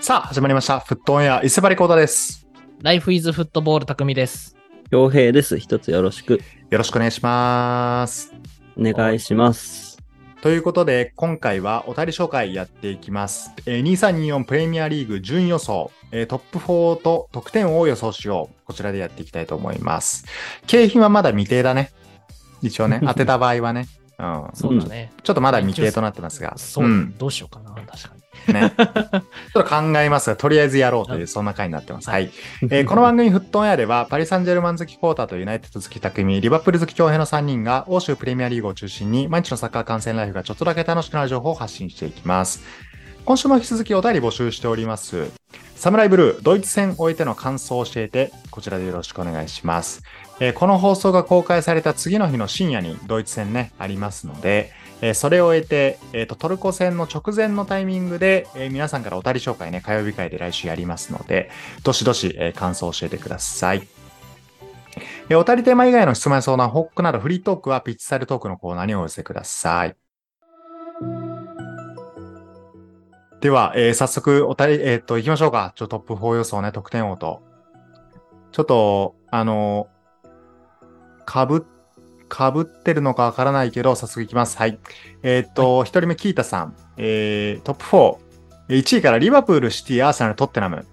さあ、始まりました。フットオンエア、伊勢張幸太です。ライフイズフットボール匠です。洋平です。一つよろしくよろしくお願いします。お願いします。ということで、今回はお便り紹介やっていきます。えー2324プレミアリーグ順位予想、えートップ4と得点王を予想しよう。こちらでやっていきたいと思います。景品はまだ未定だね。一応ね、 当てた場合はね。うん、そうだね。ちょっとまだ未定となってますが、そう、んどうしようかな、確かに。ね、ちょっと考えますが、とりあえずやろうという、そんな回になってます。はい。え ーこの番組フットオンエアでは、パリ・サンジェルマン好きコータとユナイテッド好き匠、リバプール好き強兵の3人が、欧州プレミアリーグを中心に、毎日のサッカー観戦ライフがちょっとだけ楽しくなる情報を発信していきます。今週も引き続きお便り募集しております。サムライブルー、ドイツ戦終えての感想を教えて、こちらでよろしくお願いします。えーこの放送が公開された次の日の深夜にドイツ戦ね、ありますので、えーそれを終えて、えーと、トルコ戦の直前のタイミングで、えー皆さんからお便り紹介ね、火曜日会で来週やりますので、どしどし、えー感想を教えてください。えーお便りテーマ以外の質問や相談、報告などフリートークはピッチサイドトークのコーナーにお寄せください。では、えー早速、おたり、えっ、と、行きましょうか。ちょ、トップ4予想ね、得点王と。ちょっと、あのー、かぶ、かぶってるのかわからないけど、早速いきます。はい。えっ、と、一、人目、キータさん。えー、トップ4。えー1位からリバプール、シティ、アーセナル、トッテナム。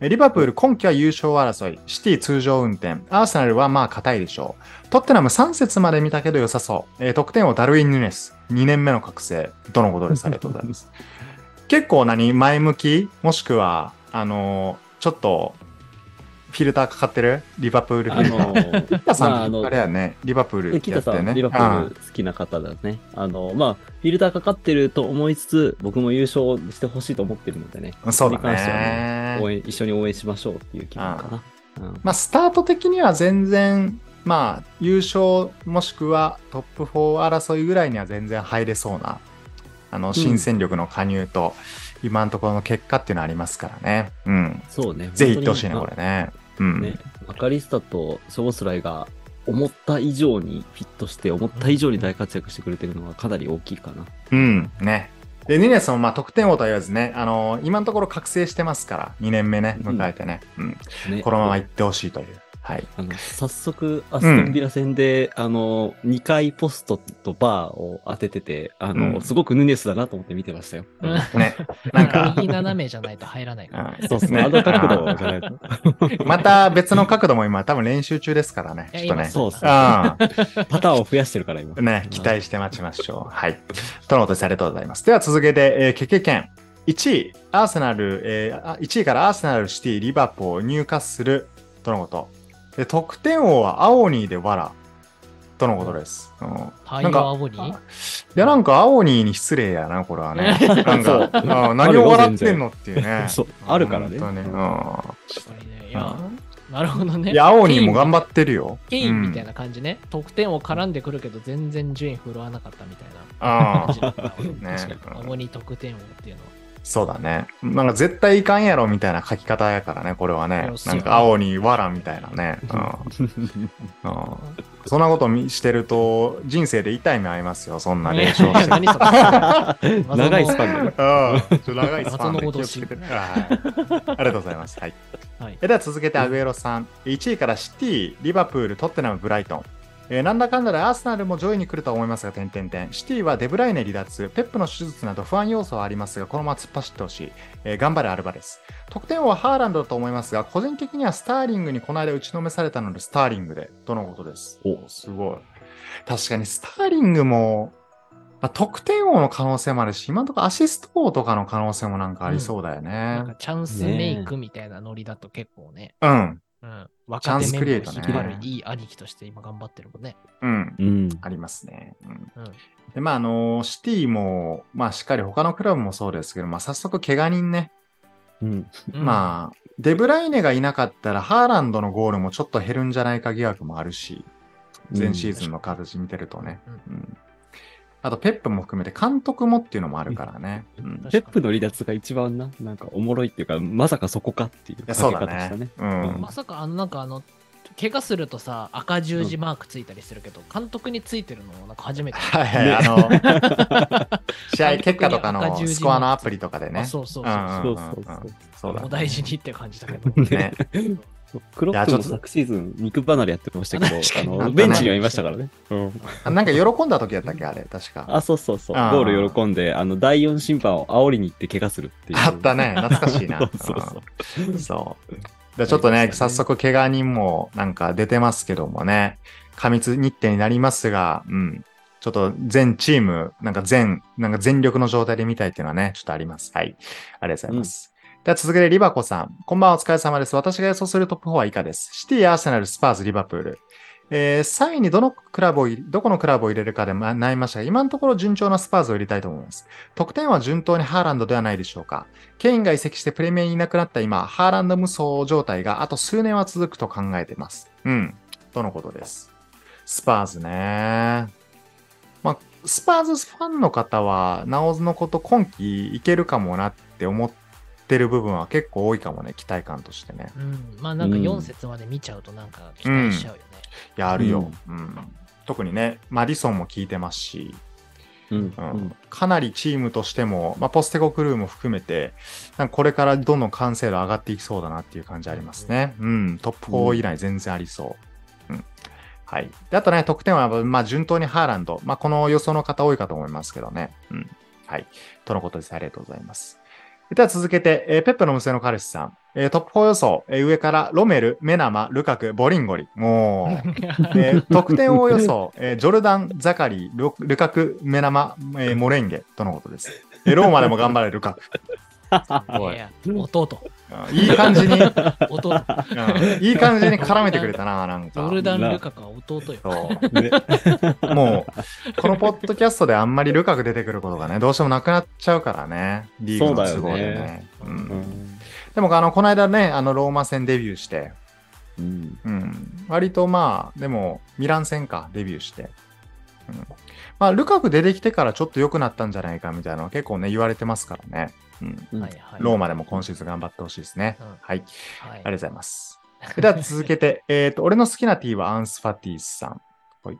えーリバプール、今季は優勝争い。シティ通常運転。アーセナルはまあ硬いでしょう。トッテナム3節まで見たけど良さそう。えー得点王、ダルウィン・ヌネス。2年目の覚醒。どのことです。ありがとうございます。結構何前向きもしくはあのーちょっとフィルターかかってるリバプールフィあルター。のー、北さん、まあああのれやね、リバプールキやタってさるね。ん、リバプール好きな方だね。あの、まあ、フィルターかかってると思いつつ、僕も優勝してほしいと思ってるのでね、うんそうだに関してはね。応援、一緒に応援しましょうっていう気分かな。うんまあ、スタート的には全然、まあ、優勝もしくはトップ4争いぐらいには全然入れそうな、あの、新戦力の加入と、今のところの結果っていうのはありますからね。うん。そうね。ぜひ行ってほしいね、こ本当れにね。うん。ね、アカリスタとショボスライが思った以上にフィットして、思った以上に大活躍してくれてるのはかなり大きいかな。うん、ね。で、ヌネスもまあ得点王とは言わずね、あのー今のところ覚醒してますから、2年目ね、迎えてね、うんね、このまま行ってほしいという。はい。あの早速、アストンビラ戦で、あの、2回ポストとバーを当ててて、あの、うんすごくヌネスだなと思って見てましたよ。ね。なんか、右斜めじゃないと入らないから。うんそうですね。あの角度じゃないと。 また別の角度も今、多分練習中ですからね、いやちょっとね。そうですね。うパターンを増やしてるから、今。ん。ね、期待して待ちましょう。はい。とのことです。ありがとうございます。では続けて、えー、ケケケン。1位、アーセナル、えーあ1位からアーセナル、シティ、リバポー、入荷するとのこと。で、得点王はアオニーでワラとのことです。うんパイなんかオアボニーあいや、なんか、青にに失礼やな、これは ね。なんそかう、あ何を笑ってんのっていうね。 そう、あるからね。本当ね確かにね。いうんや、なるほどね。いや、青にも頑張っってるよ。ケインみたいな。な感じね。得点を絡んでくるけど、全然順位振るわなかったみたいなあ感じだったな。あ、ね。アうんボニー得点王っていうのは。そうだね。なんか、絶対いかんやろみたいな書き方やからね、これはねそう。そなうんか、青にわらみたいな ね。うんうんそんなことみしてると、人生で痛い目合いますよ、そんな連勝して何それ 長いスパン で。うん、ちょっと長いスパンで謎の気脅をしつけてね。はいありがとうございます。はい。はいえでは続けてアグエロさん、1位からシティ、リバプール、トッテナム、ブライトン。えーなんだかんだでアーセナルも上位に来るとは思いますが、点々点。シティはデブライネ離脱、ペップの手術など不安要素はありますが、このまま突っ走ってほしい。えー頑張れアルバレス。得点王はハーランドだと思いますが、個人的にはスターリングにこの間打ちのめされたので、スターリングで、とのことです。おすごい。確かにスターリングも、まあ、得点王の可能性もあるし、今のところアシスト王とかの可能性もなんかありそうだよなねん。かチャンスメイクみたいなノリだと結構ね。うん、うん。チャ若ン手スメクンリバエイートをね引っ張るいい兄貴として今頑張ってるもんね。うん、うん。ありますね。うんうん。で、まあ、あの、シティも、まあ、しっかり他のクラブもそうですけど、まあ、早速、怪我人ね。うん。まあ、デブライネがいなかったら、ハーランドのゴールもちょっと減るんじゃないか疑惑もあるし、前シーズンの形見てるとね。うん。あと、ペップも含めて、監督もっていうのもあるからね。うん確かにペップの離脱が一番な、なんかおもろいっていうか、まさかそこかっていういや、そうかだけ方したね。うん。まさか、あの、なんかあの、怪我するとさ、赤十字マークついたりするけど、監督についてるの、なんか初めて。はいはい、あの、 試合結果とか赤の十字マークスコアのアプリとかであね。そうそうそう。うんそうそうそう。そうだもうね大事にって感じだけど。 ね。クロッいやちプょっもと昨シーズン肉離れやってました けど、確かにあなんかのねベンチにはいましたからね。うんあなんか喜んだ時やったっけ、あれ、確か。あ、そうそうそう。あーゴール喜んで、あの、第4審判を煽りに行って怪我するっていう。あったね、懐かしいな。 そうそうそううんそうでちょっとね、早速、怪我人もなんか出てますけどもね、過密日程になりますが、うん。ちょっと全チーム、なんか全、なんか全力の状態で見たいっていうのはね、ちょっとあります。はい。ありがとうございます。では続けて、リバコさん。こんばんは、お疲れ様です。私が予想するトップ4は以下です。シティ、アーセナル、スパーズ、リバプール。えー、3位にどのクラブを入れ、どこのクラブを入れるかでま悩みましたが、今のところ順調なスパーズを入れたいと思います。得点は順当にハーランドではないでしょうか。ケインが移籍してプレミアにいなくなった今、ハーランド無双状態があと数年は続くと考えてます。うん。とのことです。スパーズね。まあ、スパーズファンの方は、なおのこと今季いけるかもなって思ってる部分は結構多いかもね、期待感としてね。うん。まあなんかうん4節まで見ちゃうとなんか期待しちゃうよね。いや、あるよ。うん。特にね、マディソンも効いてますし、うん。ううんん。かなりチームとしても、まあ、ポステコクルーも含めて、なんかこれからどんどん完成度上がっていきそうだなっていう感じありますね。うん、トップ4以内全然ありそう。うんはい、であとね、得点は、まあ、順当にハーランド、まあ、この予想の方多いかと思いますけどね。うんはい、とのことです。ありがとうございます。では続けて、えーペップの無声の彼氏さん、えートップ4予想、えー上からロメル、メナマ、ルカク、ボリンゴリ。も う。えー得点王予想、えージョルダン、ザカリー、ルルカク、メナマ、えーモレンゲとのことです。えーローマでも頑張れ、ルカク。おいいや、弟。うんいい感じに、うん 弟。いい感じに絡めてくれたな、なんジかョ。ルダン・ルカクは弟よ。そうねもう、このポッドキャストであんまりルカク出てくることがね、どうしてもなくなっちゃうからね、リーグの都合でね。そうだよねうんうんでも、あの、この間ね、あの、ローマ戦デビューして、うん。うん、割とまあ、でも、ミラン戦か、デビューして。うん、まあ、ルカク出てきてからちょっと良くなったんじゃないかみたいなのは結構ね、言われてますからね。うん、うんはいはい。ローマでも今シーズン頑張ってほしいですね。うんはい、はありいがとうございます。 では続けて、えっと、俺の好きな T はアンス・ファティスさん。はい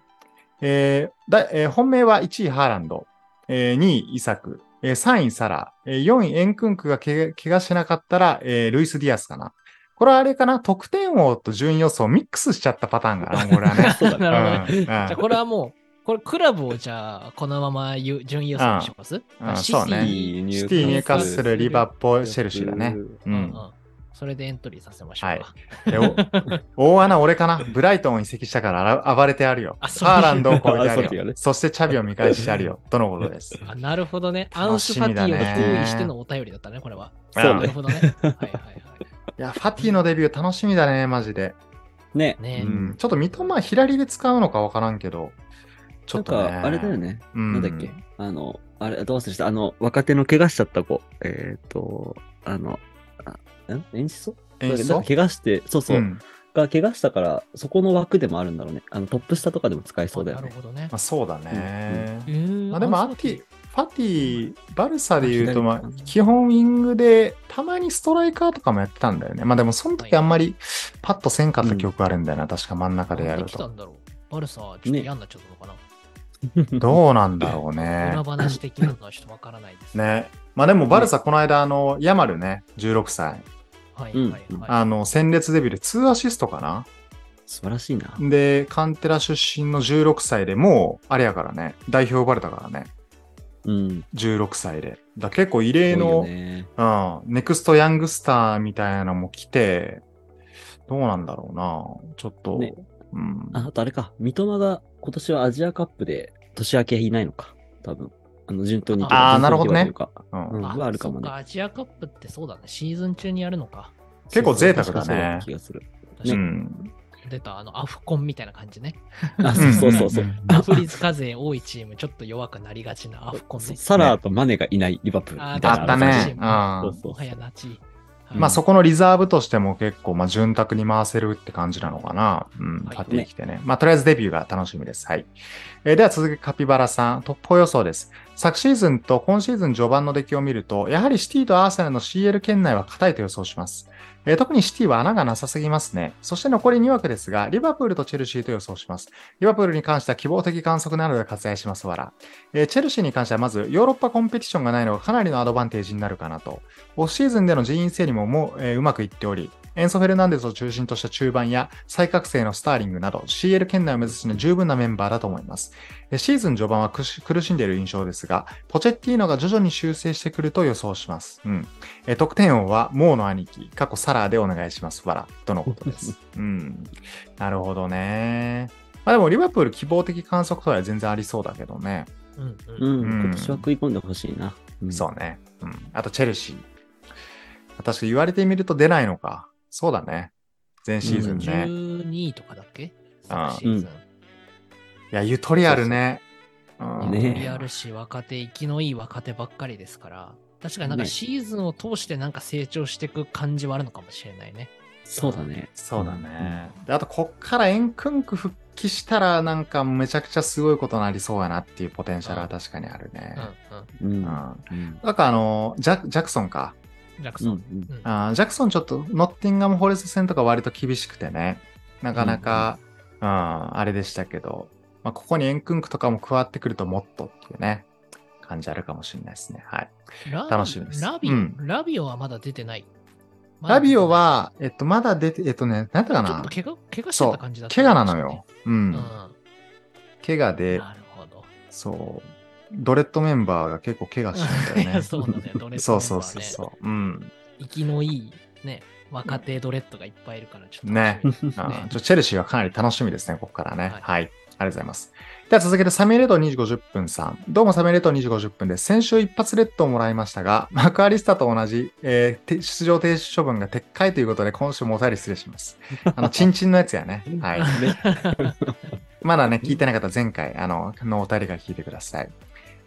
えーだえー本命は1位ハーランド、えー2位イサク、えー3位サラ、えー4位エンクンクがけが怪我しなかったら、えールイス・ディアスかな。これはあれかな得点王と順位予想ミックスしちゃったパターンか な、これはね。そうだね。なるほ どね。うんうんじゃあこれはもう、これクラブをじゃあこのままゆ順位予想にします、うんあうんシそうシテね。ィシティ、ニューカッスル、リバポール、シェルシーだね。。ううんん。うんそれでエントリーさせましょうか。はいでお大穴俺かなブライトンを移籍したからあら暴れてあるよ。ハあそうーランドを超えてああそうるだよ。よねそしてチャビを見返してあるよ。とのことです。あなるほどね。ア楽ンスしファみテだィねを注意してのお便りだったね、これは。そうなねるほどね。はい はいはいや、ファティのデビュー楽しみだね、マジで。ねうい。。ね、ん、ちょっと三笘、左で使うのかわからんけど、ちょなっんとね。か、あれだよね。うなんだっけあの、あれ、どうするしたあの、若手の怪我しちゃった子。えっと、あの、あん演出演奏怪我して、そうそうう。んが怪我したから、そこの枠でもあるんだろうね。あの、トップ下とかでも使えそうだよなるね。ほ どねま。あ、そうだね。うーんまあ、でも、アアンテスファィ、ファティ、バルサで言うと、まあ左かな、基本ウィングで、たまにストライカーとかもやってたんだよね。まあでも、その時あんまり、パッとせんかった記憶あるんだよな、確か真ん中でやなんるで来たと。んだろう。バルサはちょっと嫌になっちゃったのかな。どうなんだろうね。 裏話的なのはちょっとわからないです。ね。まあでも、バルサ、この間、あの、ヤマルね、16歳。はいうんはいはあの、戦列デビューで2アシストかな素晴らしいな。で、カンテラ出身の16歳でもう、あれやからね、代表呼ばれたからね、うん。 16歳で。だ結構異例多いよの、ねうん、ネクストヤングスターみたいなのも来て、どうなんだろうな、ちょっと。ねうん、ああとあれか、三笘が今年はアジアカップで年明けいないのか、多分あの順当に行けば。あーなるほどね順当に行けばうんというかうん、はあるかもそっね。アジアカップってそうだね。シーズン中にやるのか。結構贅沢だねそうそう確かそう気がする。う確かん出た、あの、アフコンみたいな感じ ね。あ、そうそうそうそううんうんうん。アフリズ課税多いチーム、ちょっと弱くなりがちなアフコンね。サラーとマネがいないリバプールあーみたいあな。ったね懐かしいうんそうそうもはやなち。まあそこ、このリザーブとしても結構、まあ潤沢に回せるって感じなのかな。うん、はいパティ来てね。まあとりあえずデビューが楽しみです。はい。えーでは続きカピバラさん、突破予想です。昨シーズンと今シーズン序盤の出来を見ると、やはりシティとアーセナルの CL 圏内は硬いと予想します。えー特にシティは穴がなさすぎますね。そして残り2枠ですが、リバプールとチェルシーと予想します。リバプールに関しては希望的観測なので割愛しますわら。えーチェルシーに関してはまずヨーロッパコンペティションがないのがかなりのアドバンテージになるかなと。オフシーズンでの人員整理ももう,、えーうまくいっており、エンソ・フェルナンデスを中心とした中盤や再覚醒のスターリングなど CL 圏内を目指すには十分なメンバーだと思います。えーシーズン序盤は苦し苦しんでいる印象ですが、ポチェッティーノが徐々に修正してくると予想します。うん。えー得点王はモーの兄貴、過去サラーでお願いします。わら。とのことです。うん。なるほどね。まあでもリバプール希望的観測とは全然ありそうだけどね。うんううんん、うん今年は食い込んでほしいな。うんそうね。うん。あと、チェルシー。確か言われてみると出ないのか。そうだね。前シーズンね。い12位とかだっけ昨シーズン。や、ゆとりあるね。うんねリアルし若手、生きのいい若手ばっかりですから、確かになんかねシーズンを通してなんか成長していく感じはあるのかもしれないね。そうだね。そうだね。であと、こっからエンクンク復帰したら、なんかめちゃくちゃすごいことになりそうやなっていうポテンシャルは確かにあるねうん。ううん。ううんん。なんかあの、ジャジャクソンか。ん。ジャクうソン。んうんあージャクソンちょっとノッティンガム・フォレスト戦とか割と厳しくてね、なかなか、うんあれでしたけど、まあ、ここにエンクンクとかも加わってくるともっとっていうね、感じあるかもしれないですね。はい。ラ楽しみですラビ、うんラビオはまだ出てない。まだラ出てないビオ、は、えっと、まだ出て、えっとね、なんだかちょっなと、怪我怪我してそたう感じだっ、た怪ね、我なのよ。う。うんん。怪我で、なるほど。そう、ドレッドメンバーが結構怪我したんだいよね。や そうなんだよ、ドレッドメンバー、ね。そうそうそうそう。うん。生きのいい、ね、若手ドレッドがいっぱいいるから、ちょっと。ね楽しみですあねーちょチェルシーはかなり楽しみですね、ここからね。ははいい。ありがとうございます。では続けてサミーレッド2時50分さん。どうもサミーレッド2時50分です。先週一発レッドをもらいましたが、マクアリスタと同じ、えーて出場停止処分が撤回ということで、今週もお便り失礼します。あ の、チンチンのやつやね。はい。 まだね、聞いてなかったら前回、あの、のお便りが聞いてください。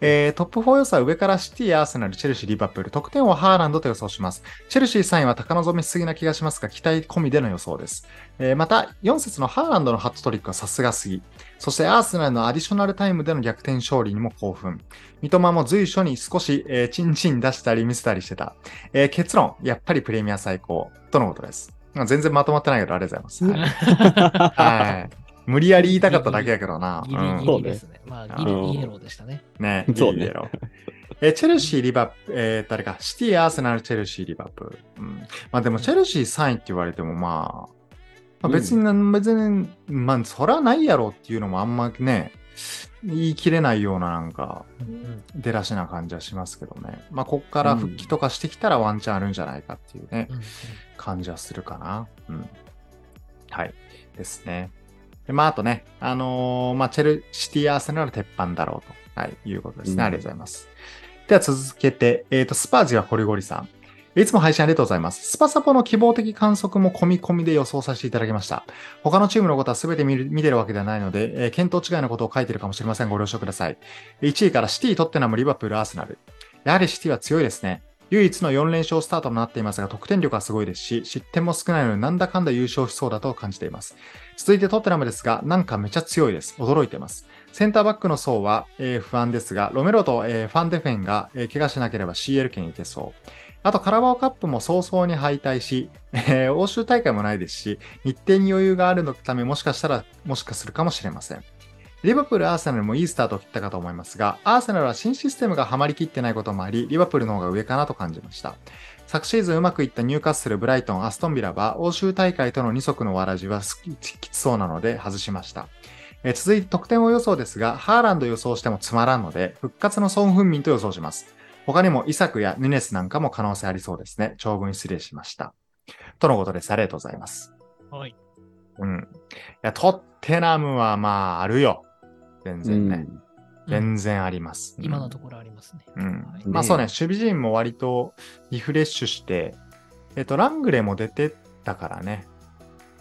えートップ4予想は上からシティ、アーセナル、チェルシー、リバプール、得点をハーランドと予想します。チェルシー3位は高望みしすぎな気がしますが、期待込みでの予想です。えーまた、4節のハーランドのハットトリックはさすがすぎ。そして、アーセナルのアディショナルタイムでの逆転勝利にも興奮。三笘も随所に少し、えーチンチン出したり見せたりしてた。えー結論、やっぱりプレミア最高。とのことです。まあ全然まとまってないけど、ありがとうございます。はい。はい無理やり言いたかっただけやけどな。ギうんリギリですね。まあ、ギあのリイエローでしたね。ね、そうねいいだろう。えーチェルシー、リバプ、えー誰か、シティ、アーセナル、チェルシー、リバプール。うん、まあでも、チェルシー3位って言われても、まあ、まあ別に、別に、まあ、それはないやろうっていうのもあんまね、言い切れないような、なんか、うん出だしな感じはしますけどね。まあ、こっから復帰とかしてきたらワンチャンあるんじゃないかっていうね、うんうん感じはするかな。うん。はい。ですね。で、まあ、あとね、あのーまあ、チェルシティアーセナルは鉄板だろうと、はい、いうことですね。うんありがとうございます。では続けて、えっ、と、スパージはコリゴリさん。いつも配信ありがとうございます。スパサポの希望的観測も込み込みで予想させていただきました。他のチームのことは全て見る見てるわけではないので、えー検討違いのことを書いてるかもしれません。ご了承ください。1位からシティ、トッテナム、リバプール、アーセナル。やはりシティは強いですね。唯一の4連勝スタートとなっていますが、得点力はすごいですし、失点も少ないので、なんだかんだ優勝しそうだと感じています。続いてトッテナムですが、なんかめちゃ強いです。驚いてます。センターバックの層は、えー不安ですが、ロメロと、えーファンデフェンが、えー怪我しなければ CL 圏に行けそう。あと、カラバオカップも早々に敗退し、えー欧州大会もないですし、日程に余裕があるのため、もしかしたら、もしかするかもしれません。リバプール、アーセナルもいいスタートを切ったかと思いますが、アーセナルは新システムがはまりきってないこともあり、リバプールの方が上かなと感じました。昨シーズンうまくいったニューカッスル、ブライトン、アストンビラは欧州大会との2足のわらじはすききつそうなので外しました。えー続いて得点を予想ですが、ハーランド予想してもつまらんので、復活のソン・フンミンと予想します。他にもイサクやヌネスなんかも可能性ありそうですね。長文失礼しました。とのことです。ありがとうございます。はい。うん。いや、トッテナムはまあ、あるよ。全然ね。うん全然あります。今のところありますね。うんはいまあそうね、守備陣も割とリフレッシュして、えっと、ラングレーも出てったからね。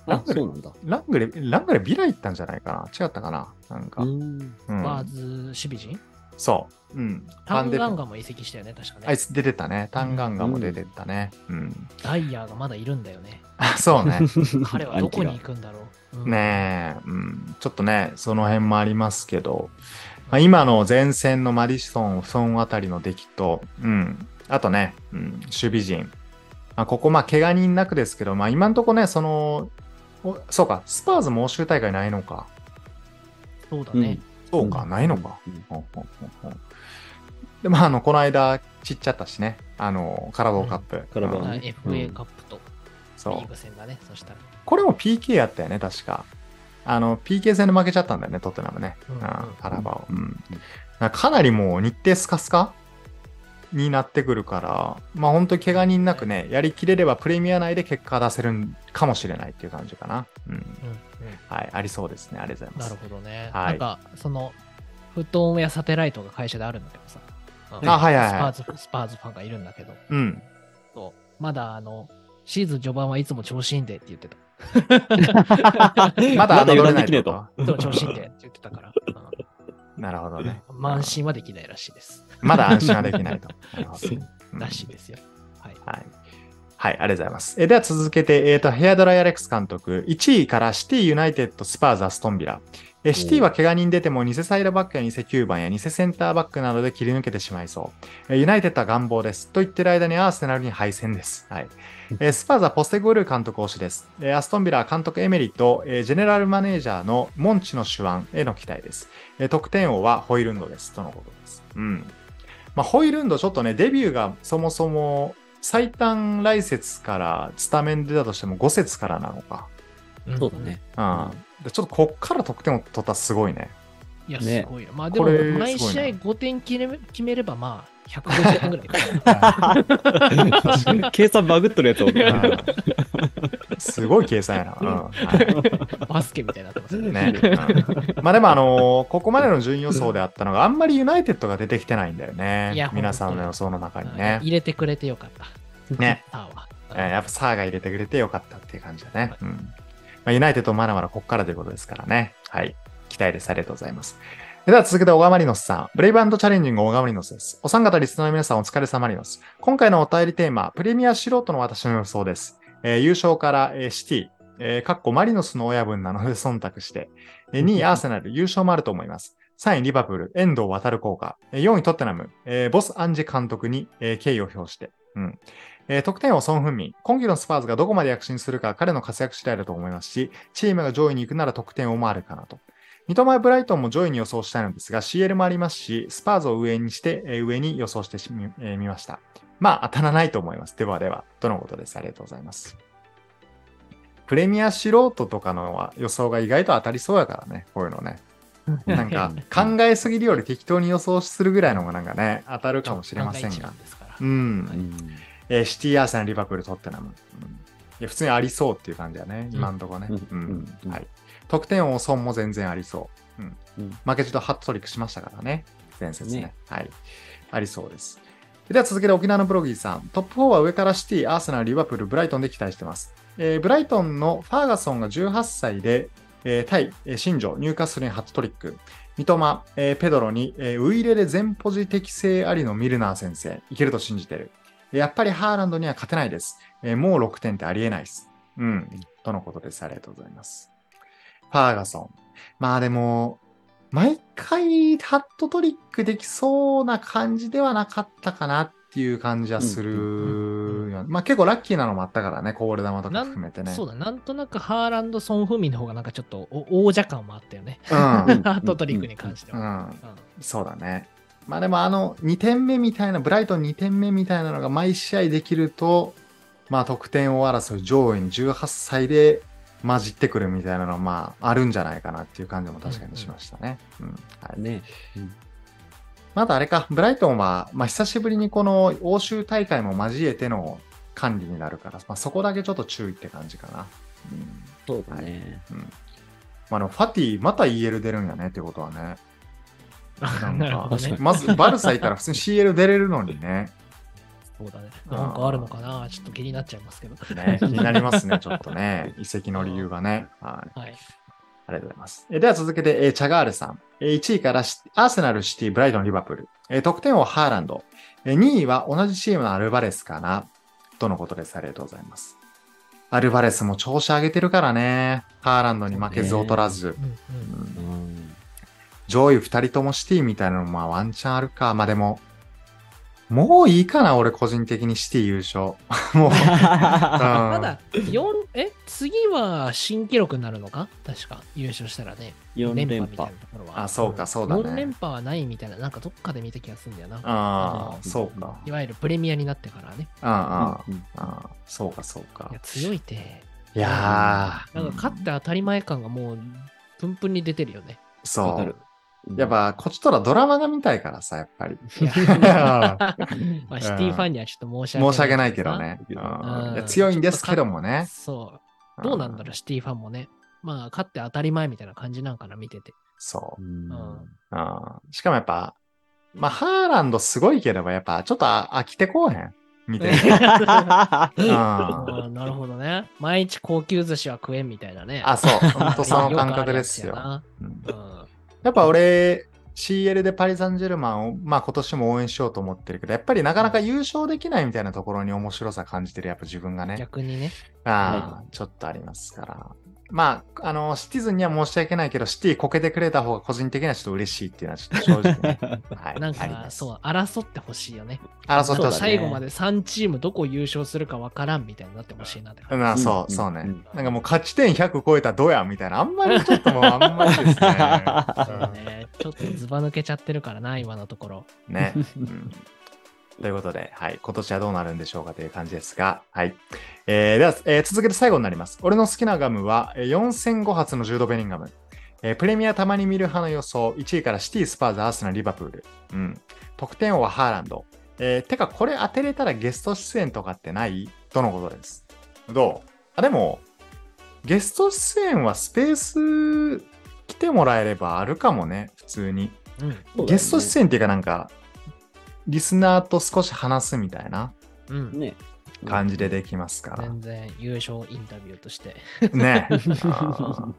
うんあ、そう なんだ。ラングレー、ラングレービラ行ったんじゃないかな違ったかななんか。うん。うんバーズ守備陣そう。うん。タンデガンガも移籍したよね、確かあいね。つ出てたね。タンガンガも出てったね。うん。ダイヤーがまだいるんだよね。あそうね。彼はどこに行くんだろう。うんねえ、うん、ちょっとね、その辺もありますけど、まあ、今の前線のマディソン、ソンあたりの出来と、うん、あとね、うん、守備陣、まあ、ここ、まあ、怪我人なくですけど、まあ、今のとこね、その、おそうか、スパーズも欧州大会ないのか。そうだね。そうか、うないのか。うんほんほんほんほんで、まあ、あの、この間、ちっちゃったしね、あの、カラボーカップ。カラボーうんねまたう FA んカップとそリうーグ戦だね、そしたら。これも PK やったよね、確か。あの、PK 戦で負けちゃったんだよね、トッテナムね。うんうんあーカラバを。うん。だからかなりもう日程スカスカになってくるから、まあ本当に怪我人なくね、やりきれればプレミア内で結果出せるんかもしれないっていう感じかな。うん。うんうんはい、ありそうですね。ありがとうござないるます。ほどね。はいなんか、その、フットオンウェアサテライトが会社であるんだけどさ。あはいはいはいスパーズ、スパーズファンがいるんだけど、うん。そうまだあの、シーズン序盤はいつも調子いいんでって言って た。 まだ侮油れな断でいきねとえと。いつも調子いいんでって言ってたから、なるほどね。うん慢心はできないらしいです。まだ安心はでき ないと。なるほどねうんらしいですよ。はい。はい。はい、ありがとうございます。えでは続けて、えーと、ヘアドライアレックス監督、1位からシティ、ユナイテッド、スパーズ、アストンビラ。えシティは怪我人出ても、偽サイドバックや偽9番や偽センターバックなどで切り抜けてしまいそう。えユナイテッドは願望です。と言ってる間にアーセナルに敗戦です。はい。えスパーズはポステゴルー監督推しです。えアストンビラは監督エメリと、えジェネラルマネージャーのモンチの手腕への期待です。え得点王はホイルンドです。とのことです。うん。まあ、ホイルンド、ちょっとね、デビューがそもそも最短来節からスタメンで出たとしても5節からなのか。そうだね。うん。でちょっとこっから得点を取ったらすごいね。いや、ねすごいよ。まあでもこれすごい、な毎試合5点決め決めれば、まあ、150点ぐらい かな計算バグっとるやつおるうん すごい計算やな。うんはバスケみたいになってますよいね。ねうんまあでも、あのーここまでの順位予想であったのがあんまりユナイテッドが出てきてないんだよねいや。皆さんの予想の中にね。入れてくれてよかった。ね。ターは。えーやっぱサーが入れてくれてよかったっていう感じだね。うんまあ、ユナイテッドまだまだここからということですからね。はい。期待です。ありがとうございます。では続けて、小川マリノスさん。ブレイブチャレンジング小川マリノスです。お三方リスナーの皆さんお疲れ様マリノス。今回のお便りテーマ、プレミア素人の私の予想です。えー優勝から、えーシティ、えーかっこマリノスの親分なので忖度して、えー2位アーセナル、優勝もあると思います。3位リバプール、遠藤航効果。えー4位トッテナム、えーボス・アンジ監督に、えー敬意を表して。うんえー得点王、ソン・フンミン。今季のスパーズがどこまで躍進するかは彼の活躍次第だと思いますし、チームが上位に行くなら得点王もあるかなと。三笘やブライトンも上位に予想したいのですが、CL もありますし、スパーズを上にして、えー上に予想してしみ、えーみました。まあ、当たらないと思います。ではでは、とのことです。ありがとうございます。プレミア素人とかのは予想が意外と当たりそうやからね、こういうのね。なんか、考えすぎるより適当に予想するぐらいのもなんかね、当たるかもしれません万が一なが。ですから。うん。うんえーシティアーセナル、リバプール、トッテナム。うんいや普通にありそうっていう感じだね、今んとこね。ううんんうんはい得点王、損も全然ありそう。うんうん負けじとハットトリックしましたからね、前節ね。ねはい、ありそうです。では続けて沖縄のブロギーさん。トップ4は上からシティ、アーセナル、リバプール、ブライトンで期待してます。えーブライトンのファーガソンが18歳で、えー対、えー新庄、ニューカッスルにハットトリック。三笘、えーペドロに、えーウイレで全ポジ適性ありのミルナー先生。いけると信じてる。やっぱりハーランドには勝てないです。えーもう6点ってありえないです。うん。とのことです。ありがとうございます。ファーガソン。まあでも、毎回ハットトリックできそうな感じではなかったかなっていう感じはするよね。うんまあ結構ラッキーなのもあったからね、こぼれ球とか含めてね。そうだ、なんとなくハーランド・ソン・フンミンの方がなんかちょっとお王者感もあったよね。うんんハートトリックに関してうは。ん。そうだね。まあでもあの2点目みたいな、ブライトン2点目みたいなのが毎試合できると、まあ得点を争う上位に18歳で混じってくるみたいなのはまああるんじゃないかなっていう感じも確かにしましたね。うん、はい。ね。まだあれか、ブライトンは、まあ久しぶりにこの欧州大会も交えての管理になるから、まあそこだけちょっと注意って感じかな。うん。そうだね。まあでもファティ、また EL 出るんやねってことはね。なうんんか なるほどね。まずバルサいたら普通に CL 出れるのにね。そうだね。なんかあるのかなちょっと気になっちゃいますけど。ね、気になりますね、ちょっとね。移籍の理由がね。はい。はい。ありがとうございます。えーでは続けて、えーチャガールさん。えー1位からシアーセナル、シティ、ブライトン、リバプール。えー得点王、ハーランド。えー2位は同じチームのアルバレスかな。とのことです。ありがとうございます。アルバレスも調子上げてるからね。ハーランドに負けず劣らず。うんうんうん上位2人ともシティみたいなのもまあワンチャンあるか。まあでも、もういいかな、俺個人的にシティ優勝。 もう。たただ、四え、次は新記録になるのか確か、優勝したらね。 4連みたい覇な。ところは。あ、そうか、そうだね。 4連覇はないみたいな、なんかどっかで見た気がするんだよな。ああ、そうか。いわゆるプレミアになってからね。あうんあ、ああ、そうか、そうかいや、。強いて。いやー、なんか勝って当たり前感がもう、プンプンに出てる よね。わそかうる。。やっぱ、こっちとらドラマが見たいからさ、やっぱり。いや まあ、シティファンにはちょっと申し訳な い。申し訳ないけど。ね。うんうんいや強いんですけどもね。そう。どうなんだろう、シティファンもね。まあ、勝って当たり前みたいな感じなんかな、見てて。そうう。ん。うんうんしかもやっぱ、まあ、ハーランドすごいければ、やっぱ、ちょっとあ飽きてこうへん。みたい な。うんあーなるほどね。毎日高級寿司は食えんみたい なね。あ、そう。本当そのよくあ感る覚 ですよ。やうんつやな。やっぱ俺、CL でパリ・サンジェルマンを、まあ、今年も応援しようと思ってるけど、やっぱりなかなか優勝できないみたいなところに面白さ感じてる、やっぱ自分がうんね、逆にね。ああちょっとありますから。まあ、あの、シティズンには申し訳ないけど、シティこけてくれた方が個人的にはちょっと嬉しいっていうのはちょっと正直 ね。はい、なんありまか、すそう、争ってほしいよね。争ってなほんしかい。最後まで3チームどこ優勝するかわからんみたいになってほしいなって感まあ、そう、うんそうね、うんなんかもう勝ち点100超えたらどうやみたいな、あんまりちょっともうあんまりです ね。じ。そうね。ちょっとずば抜けちゃってるからな、今のところ。ね。うん ということで、はい、今年はどうなるんでしょうかという感じですが、はい。えーでは、えー続けて最後になります。俺の好きなガムは、えー4戦5発のジュード・ベリンガム。えープレミアたまに見る派の予想、1位からシティ、スパーズ、アースナ、リバプール。うん。得点王はハーランド。えーてか、これ当てれたらゲスト出演とかってないとのことです。どうあ、でも、ゲスト出演はスペース来てもらえればあるかもね、普通に。うん。ゲスト出演演っていうかなんか、リスナーと少し話すみたいなうん。ね。感じでできますか全然優勝インタビューとして。ら。ね。あー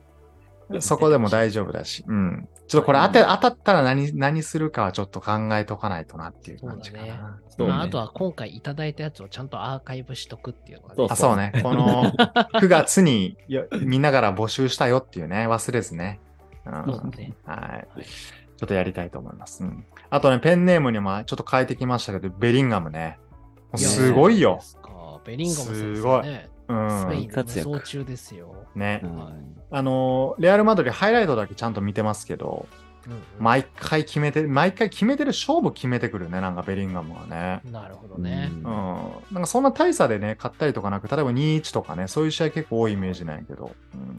そこでも大丈夫だし。うん。ちょっとこれ当て当たったら何何するかはちょっと考えとかないとなっていう感じかそうだな。そうねまあ、あとは今回いただいたやつをちゃんとアーカイブしとくっていうのがねそうあそうね。この9月によみんなから募集したよっていうね、忘れずね。うんそうねはい。ちょっとやりたいと思います。うん、あとね、ペンネームにもちょっと変えてきましたけど、ベリンガムね。もうすごいやよ。そ。うですかベリンガム選手ねすごいうんスペインで活無躍双中ですよ。ねう、んあのーレアル・マドリーハイライトだけちゃんと見てますけど、うんうん毎回決めて、毎回決めてる、勝負決めてくるね、なんかベリンガムはね。なるほどね。うん、なんかそんな大差でね、勝ったりとかなく、例えば2-1とかね、そういう試合結構多いイメージなんやけど、うん、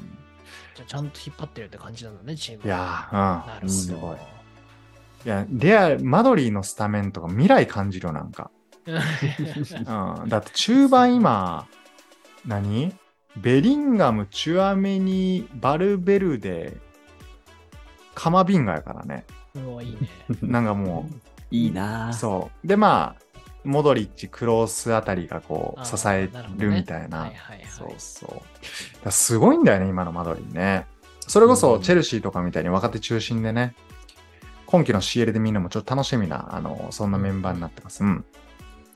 じゃあちゃんと引っ張ってるって感じなんだね、チーム。いやなー、うるほん、ど。すごい。いや、レアル、マドリーのスタメンとか未来感じるよ、なん か。うん、だって中盤今、何ベリンガム、チュアメニ、バルベルデ、カマビンガやから ね。すごいいいね。なんかもいいなう、ぁそう。で、まあ、モドリッチ、クロースあたりがこあう、ー支えるみたいは。ないはいはい。そうそう。だからすごいんだよね、今のマドリーね。それこそ、チェルシーとかみたいに若手中心でね、今季の CL で見るのもちょっと楽しみな、あの、そんなメンバーになってます。うん。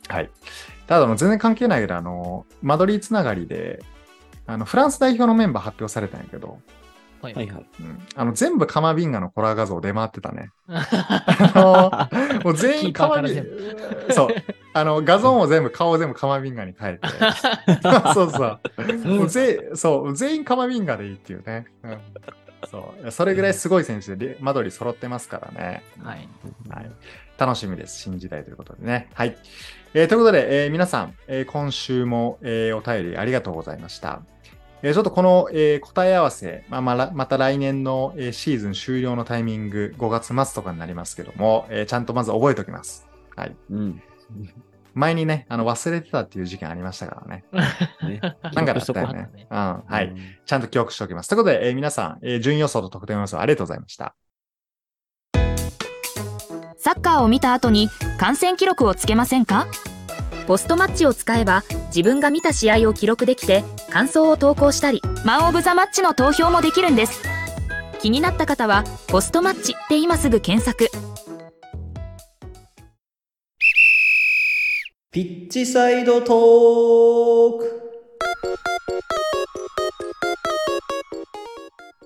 はい。ただ、あの全然関係ないけど、あの、マドリーつながりで、あの、フランス代表のメンバー発表されたんやけど、はいはいはい。うん、あの、全部カマビンガのコラ画像出回ってた ね。あのもう全員カマビンキーガ。そう。あの、画像も全部、顔全部カマビンガに変え て。そうそう。もうぜそう全員カマビンガでいいっていうね。うんそうそれぐらいすごい選手でリ、マドリー揃ってますからね。はい。はい、楽しみです。新時代ということでね。はい。えーということで、えー皆さん、えー今週も、えーお便りありがとうございました。えーちょっとこの、えー答え合わせ、まあまあらまた来年の、えーシーズン終了のタイミング、5月末とかになりますけども、えーちゃんとまず覚えておきます。うん。前にね、あの忘れてたっていう事件ありましたからね。ねなんかだったよね記憶しとこ。ううん、はい。。ちゃんと記憶しておきます。ということで、えー皆さん、えー順位予想と得点予想ありがとうございました。サッカーを見た後に観戦記録をつけませんかポストマッチを使えば自分が見た試合を記録できて感想を投稿したりマン・オブ・ザ・マッチの投票もできるんです気になった方は「ポストマッチ」で今すぐ検索ピッチサイドトーク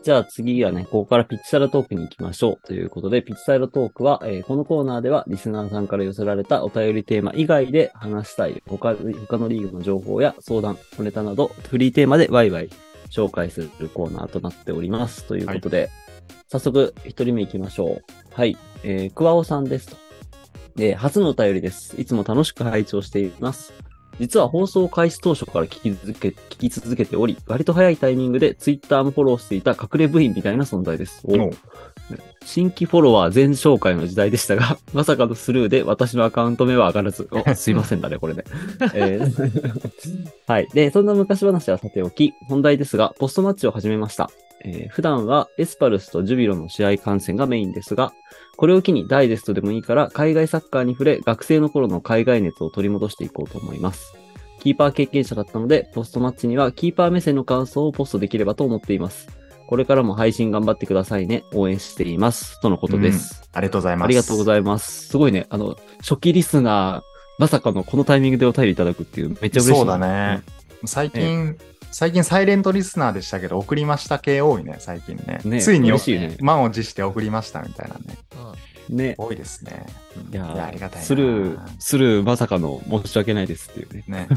じゃあ次はね、ここからピッチサイドトークに行きましょう。ということで、ピッチサイドトークは、えーこのコーナーではリスナーさんから寄せられたお便りテーマ以外で話したい他他のリーグの情報や相談、小ネタなど、フリーテーマでワイワイ紹介するコーナーとなっております。ということで、早速一人目行きましょう。はい、えー、クワオさんですと。えー初のお便りです。いつも楽しく拝聴しています。実は放送開始当初から聞き続け、聞き続けており、割と早いタイミングでツイッターもフォローしていた隠れ部員みたいな存在です。おお新規フォロワー全紹介の時代でしたが、 まさかのスルーで私のアカウント名は上がらず、おすいませんだね、これね。えーはい。で、そんな昔話はさておき、本題ですが、ポストマッチを始めました。えー普段はエスパルスとジュビロの試合観戦がメインですが、これを機にダイジェストでもいいから海外サッカーに触れ、学生の頃の海外熱を取り戻していこうと思います。キーパー経験者だったので、ポストマッチにはキーパー目線の感想をポストできればと思っています。これからも配信頑張ってくださいね。応援しています。とのことです。ありがとうございます。ありがとうごいざいます。すごいね。あの、初期リスナー、まさかのこのタイミングでお便りいただくっていう、めっちゃ嬉しい。そうだね。最近、最近サイレントリスナーでしたけど、送りました系多いね、最近ね。ねついに嬉しいね満を持して送りましたみたいなね。うん。ね。多いですね。うんいやーありがたいな。スルー、スルー、まさかの申し訳ないですっていうね。 ね。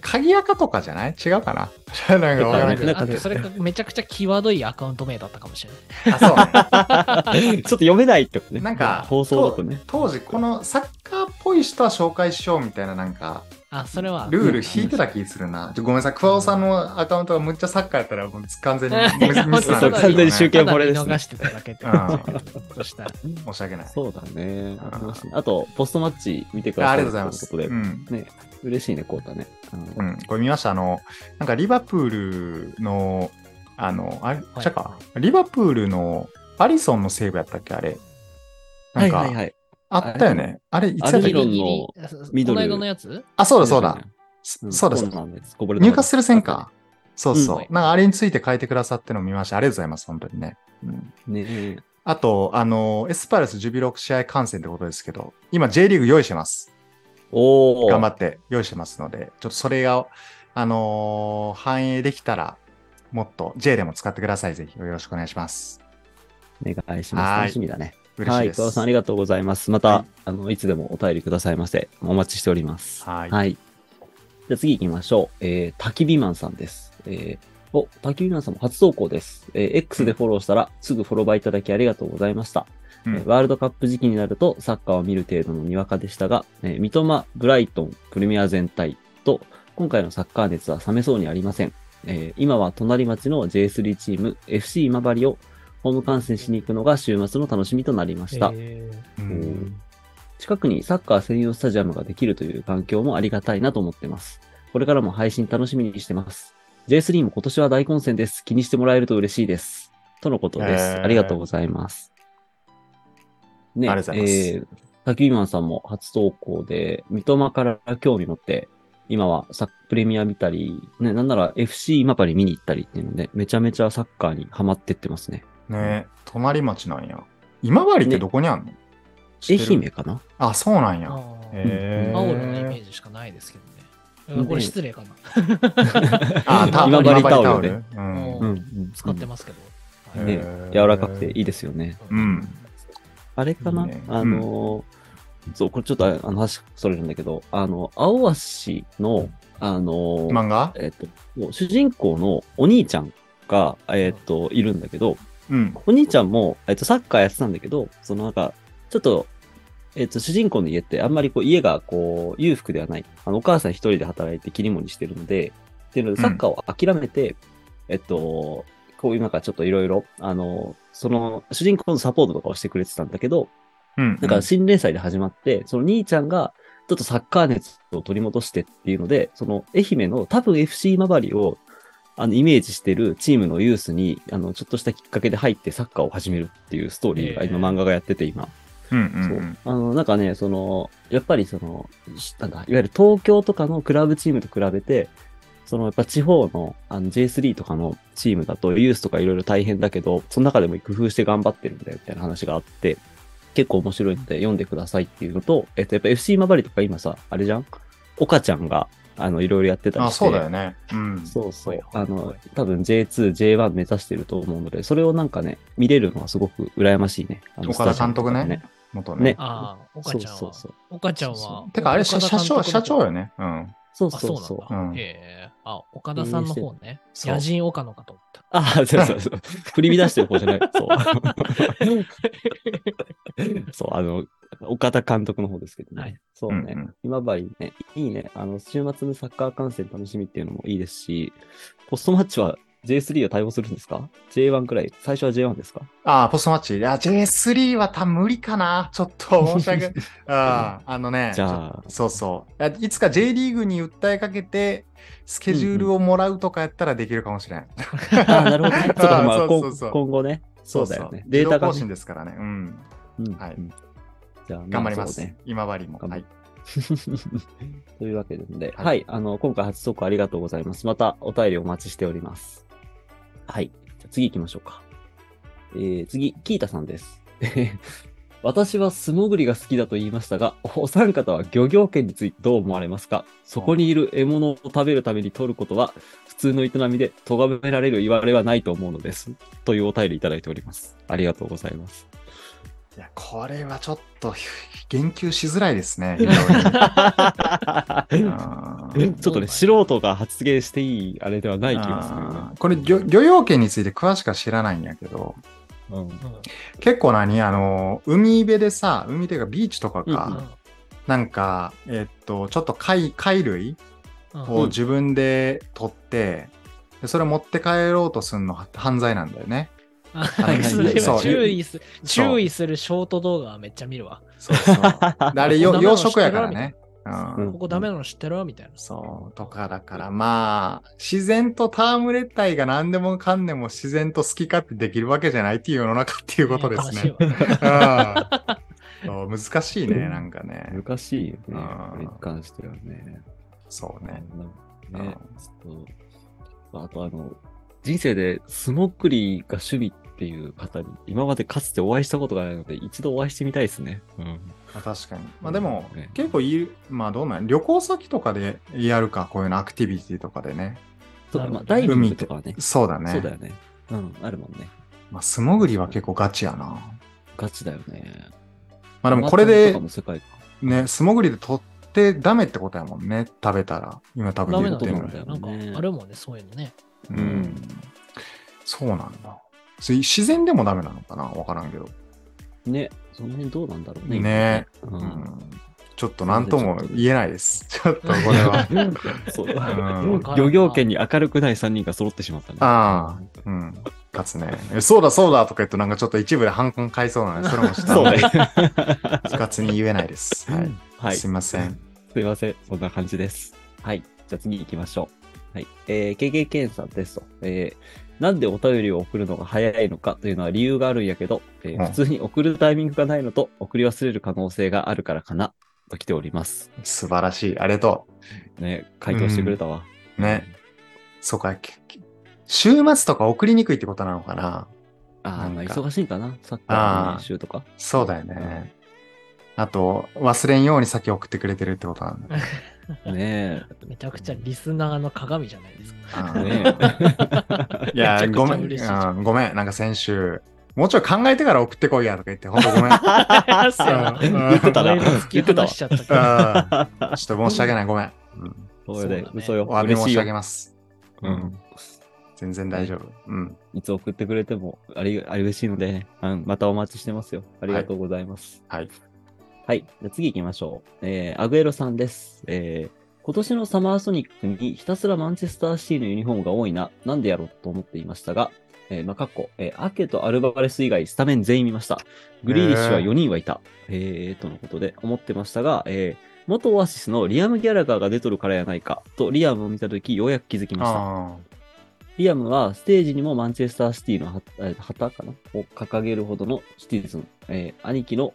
鍵垢とかじゃない違うかななん かわからんけどなんあかねそれがめちゃくちゃ際どいアカウント名だったかもしれない。あそうねちょっと読めないってことね。なんか放送だとね。当時このサッカーっぽい人は紹介しようみたいななんかあ、それは。ルール引いてた気するな、ちょごめんなさい桑尾さんのアカウントがむっちゃサッカーやったらもう完全にミスミスなんそう完全に集で計た漏だれ見ですね逃してただけでう。そしたら。申し訳ないそうだねあーありますねあと、ポストマッチ見てくだああさい。りがとうございますとういうことんで、ね、嬉しいね、こうだね。うんうん、これ見ましたあのなんかリバプールのあのあれ、はいちゃかリバプールのアリソンのセーブやったっけあれなんか、はい。あったよねあれいつやったっアルミロンけのミドルこの間のやつあそうだそうだ、ん。そうだそうだコーナーのやつこぼれた入荷する線か。そうそう。うんなんかあれについて書いてくださってのを見ました。ありがとうございます、本当にね。うんね。あと、あの、エスパルスジュビロ試合観戦ってことですけど、今 J リーグ用意してます。おお。頑張っって用意してますので、ちょっとそれが、あのー反映できたら、もっと J でも使ってください。ぜひよろしくお願いします。て。お願いしはまいす。楽しみだね。嬉しいはい。です。桑田さん、ありがとうございます。また、あの、いつでもお便りくださいませ。お待ちしております。はいはい。じゃあ次行きましょう。えー、焚き火マンさんです。えー、お、焚き火マンさんも初投稿です。えー、X でフォローしたら、すぐフォロバーいただきありがとうございました。うんえーワールドカップ時期になると、サッカーを見る程度のにわかでしたが、えー三笘、ブライトン、プレミア全体と、今回のサッカー熱は冷めそうにありません。えー今は隣町の J3 チーム、FC 今治をホーム観戦しに行くのが週末の楽しみとなりました。えーうん近くにサッカー専用スタジアムができるという環境もありがたいなと思ってます。これからも配信楽しみにしてます。J3 も今年は大混戦です。気にしてもらえると嬉しいです。とのことでえす。ーありがとうございます。ねありがとうございますえー、滝マンさんも初投稿で、三笘から興味持って、今はサップレミア見たり、ね、なんなら FC 今治見に行ったりっていうので、めちゃめちゃサッカーにハマってってますね。ね隣町なんや。今治ってどこにあんの、知ってる愛媛かなあ、そうなんや。あへーー青のイメージしかないですけどね。うんこれ失礼かな。 あ、タオル。今今治治タオルねタオルうんうんん使ってますけど。うんはいね、柔らかくていいですよね。うん。あれかないいねあのー、そう、これちょっとああの話、それるんだけど、あの、青足の、あのー、漫画えっ、と、主人公のお兄ちゃんが、えっ、と、いるんだけど、うん。お兄ちゃんも、えっ、と、サッカーやってたんだけど、そのなんか、ちょっと、えっ、と、主人公の家って、あんまりこう、家がこう、裕福ではない。あの、お母さん一人で働いて切り盛りしてるので、っていうので、サッカーを諦めて、えっと、こう、今からちょっといろいろ、あの、その、主人公のサポートとかをしてくれてたんだけど、うん。なんか新連載で始まって、その兄ちゃんが、ちょっとサッカー熱を取り戻してっていうので、その愛媛の多分 FC 今治を、あの、イメージしてるチームのユースに、あの、ちょっとしたきっかけで入ってサッカーを始めるっていうストーリーが、へー今漫画がやってて今。うんうそんう。あの、なんかね、その、やっぱりその、しなんだ、いわゆる東京とかのクラブチームと比べて、そのやっぱ地方のあの J3 とかのチームだとユースとかいろいろ大変だけど、その中でも工夫して頑張ってるんだよみたいな話があって、結構面白いので読んでくださいっていうのと、えっとやっぱ FC 今治とか今さ、あれじゃん岡ちゃんがあのいろいろやってたりあ、して。そうだよね。うん。そうそはうい。あの、多分 J2、J1 目指してると思うので、それをなんかね、見れるのはすごく羨ましいね。あの岡田監督ねスタジアムとか元ねね。ああ、岡ちゃんそうはそうそう。岡ちゃんそは。てか、あれ、社岡社田監督長、の社長よね。うん。そうあ、そうそうそう。なんうんだ。ええ。あ、岡田さんの方ね。そう野人岡野かと思った。ああ、そうそうそう。振り乱してる方じゃない。そう。そう、あの、岡田監督の方ですけどね。はいそうね。うんうん今治ね、いいね。あの、週末のサッカー観戦楽しみっていうのもいいですし、ポストマッチは J3 を対応するんですか ?J1 くらい、最初は J1 ですかあー、ポストマッチ。いや、J3 は多分無理かな。ちょっと申し訳 ない。あーあのね。じゃあ、そうそういや。いつか J リーグに訴えかけて、スケジュールをもらうとかやったらできるかもしれん。ああ、なるほど。 そうか、まそあ、うこそうそうん今後ね。そうだよね。デデーータタ更が新ね。ですからね。うん。うんはいうんじゃああ頑張ります。そうね今治も。頑は張いり。 というわけなんで、ははいい、あの、今回初投稿ありがとうございます。またお便りお待ちしております。はい。じゃあ次行きましょうか。えー、次、キータさんです。 私は素潜りが好きだと言いましたが、お三方は漁業権についてどう思われますかそこにいる獲物を食べるために取ることは、普通の営みで咎められる言われはないと思うのです。というお便りいただいております。ありがとうござい ます。いや、これはちょっと、言及しづらいですね。ちちょっとね、素人が発言していいあれではない気がするよねこれ漁、漁業権について詳しくは知らないんやけど、うん 結構何あの、海辺でさ、海というかビーチとかうんうんか、なんか、えっと、ちょっと貝貝類うんを自分で取って、でそれを持って帰ろうとするのは犯罪なんだよね。あはい それそうは注意する、そう注意するショート動画はめっちゃ見るわ。そうそう。であれ、よこんな養の知って殖るやからね。うんうんここダメなの知ってるみたいな。そう、とかだから、まあ、自然と戯れたいが何でもかんでも自然と好き勝手できるわけじゃないっていう世の中っていうことです悲しい ねわ。うんそう難しいね、なんかね。難しいよね。あーこれに関してはね。そうね。なんかね。ちょっと、あとあの、人生で素潜りが趣味っていう方に、今までかつてお会いしたことがないので、一度お会いしてみたいですね。うん。まあ確かに。まあでも、ね結構いる、まあどうなん旅行先とかでやるか、こういうのアクティビティとかでね。そうなるほどまあ、ダイビングとかはね。そうだね。そうだよね。うん、あるもんね。まあ素潜りは結構ガチやな。ガチだよね。まあでマもラこれでソンとかも世界観ね、素潜りで取ってダメってことやもんね、食べたら。今多ダ分言メなっとてるこのなんにだよ。なんかねあるもんね、そういうのね。ううんん。そうなんだ。それ自然でもダメなのかなわからんけど。ね、その辺どうなんだろうね。ね今うね。うん。ん。ちょっと何とも言えないです。ちょっとこれは。そううん漁業権に明るくない3人が揃ってしまったね。ああ。 うん。勝つね。えそうだそうだとか言うとなんかちょっと一部で反感買いそうなので、それもした そうね。勝に言えないです。はい。はい。すいません。すいません。そんな感じです。はい。じゃあ次行きましょう。はい。えー、KKK さんですと。えー、なんでお便りを送るのが早いのかというのは理由があるんやけど、えーうん普通に送るタイミングがないのと、送り忘れる可能性があるからかな、と来ております。素晴らしい。ありがとね、回答してくれたわ。う。ね。そうか。けけ週末とか送りにくいってことなのかなああ、まなあんか忙しいんかなサッあカーーの練習とか。そうだよね。あと、忘れんように先送ってくれてるってことなんだ。ねめちゃくちゃリスナーの鏡じゃないですか。あ ーえ。ねいや、めちゃごくちめゃん、嬉しいうんごめん、なんか先週、もうちょい考えてから送ってこいやとか言って、ほんとごめん。うんちそう言ってただないぶ突き放しちゃったけどょっと申し訳ない、ごめん。うんえ。そそれでうだ、ね嘘よ。お詫び嬉申しいしよ上げます。ううんん。全然大丈夫。うん。いつ送ってくれてもありあり嬉しいので、うん、またお待ちしてますよ。ありがとうございます。はいはい。はい。じゃあ次行きましょう。えー、アグエロさんです。えー今年のサマーソニックにひたすらマンチェスターシティのユニフォームが多いな、なんでやろうと思っていましたが、えー、まあ、かっこ、えーアケとアルバレス以外スタメン全員見ました。グリーリッシュは4人はいた。えー、とのことで思ってましたが、えー、元オアシスのリアム・ギャラガーが出とるからやないか、とリアムを見たときようやく気づきました。あリアムはステージにもマンチェスターシティの旗えー旗かなを掲げるほどのシティズン、えー兄貴の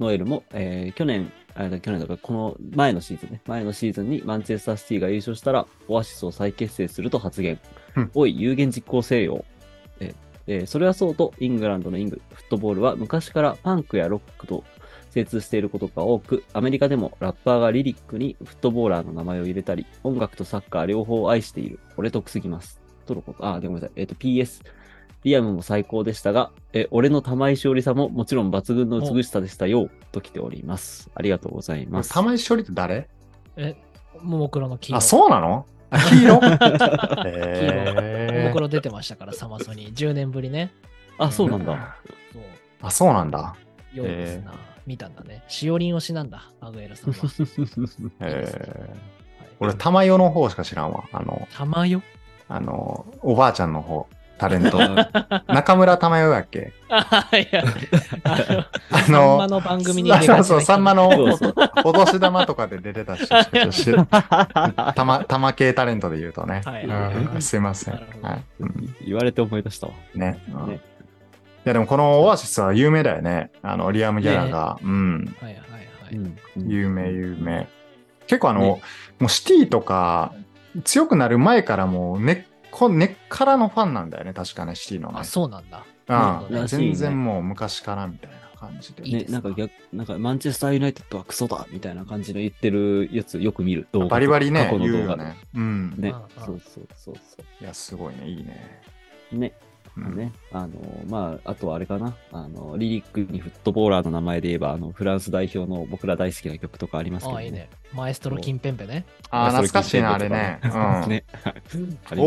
ノエルも、えー去年あれ去年だから、この前のシーズンね、前のシーズンにマンチェスターシティが優勝したら、オアシスを再結成すると発言うん。おい、有言実行せよ。え、えそれはそうと、イングランドのイング、フットボールは昔からパンクやロックと精通していることが多く、アメリカでもラッパーがリリックにフットボーラーの名前を入れたり、音楽とサッカー両方を愛している。俺得すぎます。とのこと。あ、でごめんなさい。えっ、と、PS。リアムも最高でしたが、え、俺の玉井しおりさんももちろん抜群の美しさでしたよ、と来ております。ありがとうございます。玉井しおりって誰え、ももクロの黄色。あ、そうなのあ、黄色ももへクロ出てましたから、サマソニー。10年ぶりね。あ、そうなんだ。ー。そう。あ、そうなんだ。ようですな。見たんだね。しおりんをしなんだ、アグエラさ んは。えー、はい俺、、玉代の方しか知らんわ。あの、たまよ。あの、おばあちゃんの方、タレント。中村玉代だっけあい や、ああの、さんまの、の番組にあそうそう、さんまのそうそ脅し玉とかで出てたし、したま、たま系タレントで言うとね。はいうんすいません。なるほどはいうん 言われて思い出したわ。ね。うんねいやでもこのオアシスは有名だよね。あの、リアム・ギャラが。うん。はいはいはうい。ん有名、有名。結構あの、ねもうシティとか強くなる前からもう根っこ、根っからのファンなんだよね。確かね、シティのねあ、。そうなんだ。うんねらしいね全然もう昔からみたいな感じで。いいねで、すななんか逆、なんかマンチェスターユナイテッドはクソだみたいな感じの言ってるやつよく見る。動画バリバリね過、去の言う動よ画でね。うん。ねうんう、んそうそうそうそいや、すごいね、いいね。う。ね、うんね、あの、まあ、あとはあれかな、あの、リリックにフットボーラーの名前で言えば、あの、フランス代表の僕ら大好きな曲とかありますけど、あ、いいね。マエストロ・キンペンペね。あーまそれ懐かしいな、あ聞れてね。るとかうんね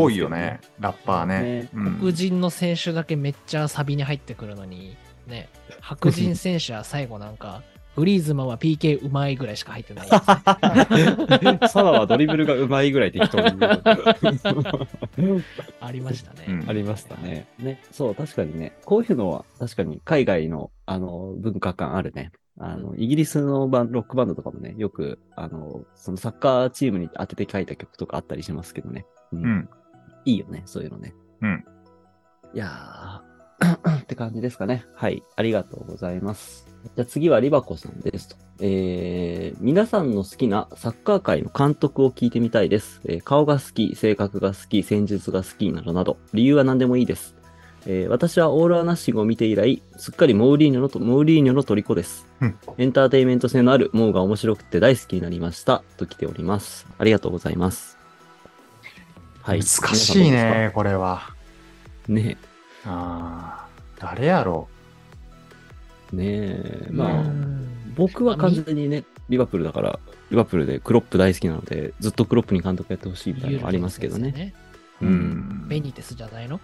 多いよね。、ラッパーねね。うん黒人の選手だけめっちゃサビに入ってくるのに、ね、白人選手は最後なんか、グリーズマンは PK うまいぐらいしか入ってない やつね、ありますよね サラはドリブルがうまいぐらい適当に 言うありましたね。うんありましたね。ね、そう、確かにね、こういうのは確かに海外のあの文化感あるね。あの、イギリスのバンロックバンドとかもね、よく、あの、そのサッカーチームに当てて書いた曲とかあったりしますけどね。うんうん。いいよね、そういうのね。うん。いやー、 って感じですかね。はい、ありがとうございます。じゃあ次はリバコさんですと。えー、皆さんの好きなサッカー界の監督を聞いてみたいです。えー顔が好き、性格が好き、戦術が好きなどなど、理由は何でもいいです。えー私はオールアナッシングを見て以来、すっかりモーリーニョのと、モーリーニョの虜ですうん。エンターテインメント性のあるモーが面白くて大好きになりました。と来ております。ありがとうございます。はい。難しいね、これは。ねあー誰やろえ、ねえ、うまあ、ん僕は完全にね、リバプールだから、リバプールでクロップ大好きなので、ずっとクロップに監督やってほしいみたいなのありますけどユルね。ゲンう。ううんんベニテスじゃないの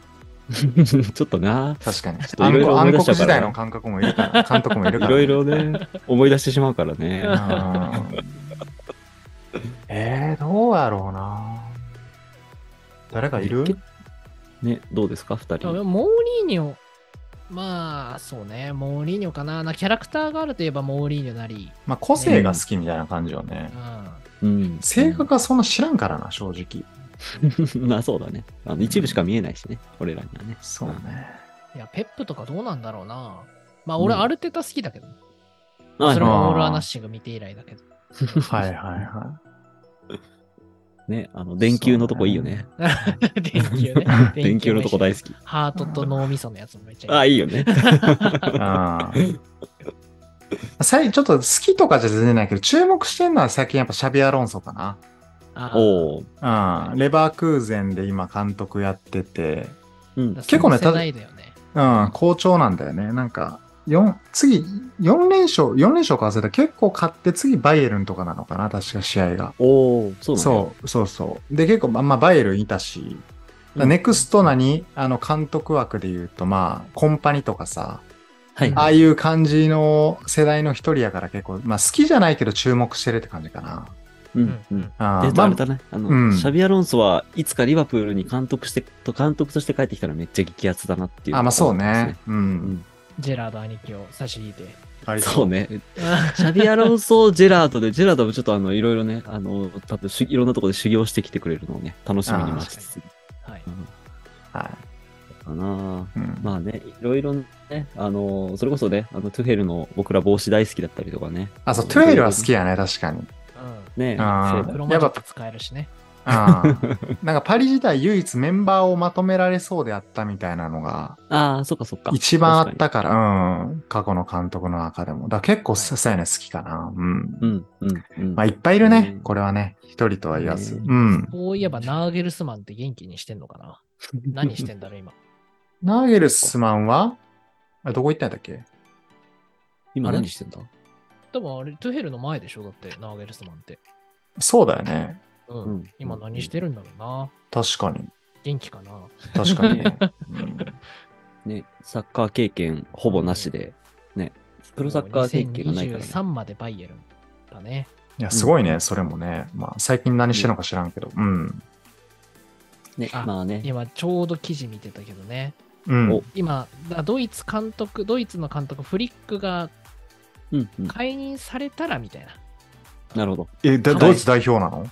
ちょっとな、確かにっ。と暗いろいろ黒思暗い出しち黒ゃうか時ら代の感覚もいるから、監督もいいるから。ろいろ ね、思い出してしまうからね。 うんえー、どうやろうな。誰かいるけね、どうですか、二でも人。モーリーニョ、まあ、そうね、モーリーニョかな。なキャラクターがあるといえばモーリーニョなり、まあ、個性が好きみたいな感じよねう。ん、うん性格はそんな知らんからな、正直。 まあそうだね。あの一部しか見えないしね、俺らにはね。そうね。いや、ペップとかどうなんだろうな。まあ、俺、うんアルテタ好きだけど、あそれもあオールアナッシング見て以来だ けど。はいはいはね、あの、電球のとこいいよね。電 球ね。電球のとこ大好き。ハートと脳みそのやつもめっちゃあ、いい。いいよね。い。あ最近ちょっと好きとかじゃ全然ないけど、注目してんのは最近やっぱシャビアロンソかな。あー おーうん、レバークーゼンで今監督やってて、 うんだから結構ねその世代だよね。うん、好調なんだよね。なんか、四次、4連勝、四連勝か忘れた。結構勝って、次バイエルンとかなのかな、確か試合が。おーそうなんだそう、そうそう。で、結構、まあまあ、バイエルンいたし、だからネクスト何あの、監督枠で言うと、まあ、コンパニとかさ、はいあはあい。いう感じの世代の一人やから結構、まあ、好きじゃないけど注目してるって感じかな。うんうんあでーあれまだね、あの、うんシャビアロンソはいつかリバプールに監督して、と監督として帰ってきたらめっちゃ激アツだなっていう。あ、あまあ、そうね。。う。うんん、ジェラード兄貴を差し引い て。ありそうね。シャビアロンソ、ジェラードで、ジェラードもちょっとあの、いろいろね、あの、多分しいろんなところで修行してきてくれるのをね、楽しみに待ちつつ。はい。はい。うかな。うんまあね、いろいろね、あの、それこそね、あの、トゥヘルの僕ら帽子大好きだったりとかね。あ、そう、トゥエルは好きやね、確かに。 ね、あーうん。そうだプよロマジック使えるしね。ああなんかパリ時代唯一メンバーをまとめられそうであったみたいなのが、あー、そっかそっか。一番あったから、うん、過去の監督の中でも。だから結構さ、そうやね、好きかな。うん。うん、うん、うん。まあ、いっぱいいるねう、んこれはね。一人とは言わず。ねうん。そういえば、ナーゲルスマンって元気にしてんのか な何してんだろう、今。ナーゲルスマンは、あどこ行ったんだっけ今あれ何してんだ多分あれ、トゥヘルの前でしょだって、ナーゲルスマンって。そうだよね。うん。うん今何してるんだろうな。確かに。元気かな。確かにね。うんね、サッカー経験ほぼなしで、ね、プロサッカー経験がないから、ね2023。までバイエルンだね。いや、すごいね、それもね。まあ、最近何してるのか知らんけど。うん。ね、あまあね。今、ちょうど記事見てたけどね。うん。お今、だドイツ監督、ドイツの監督、フリックがうん、うん。解任されたらみたいな、なるほど。え、だドイツ代表なの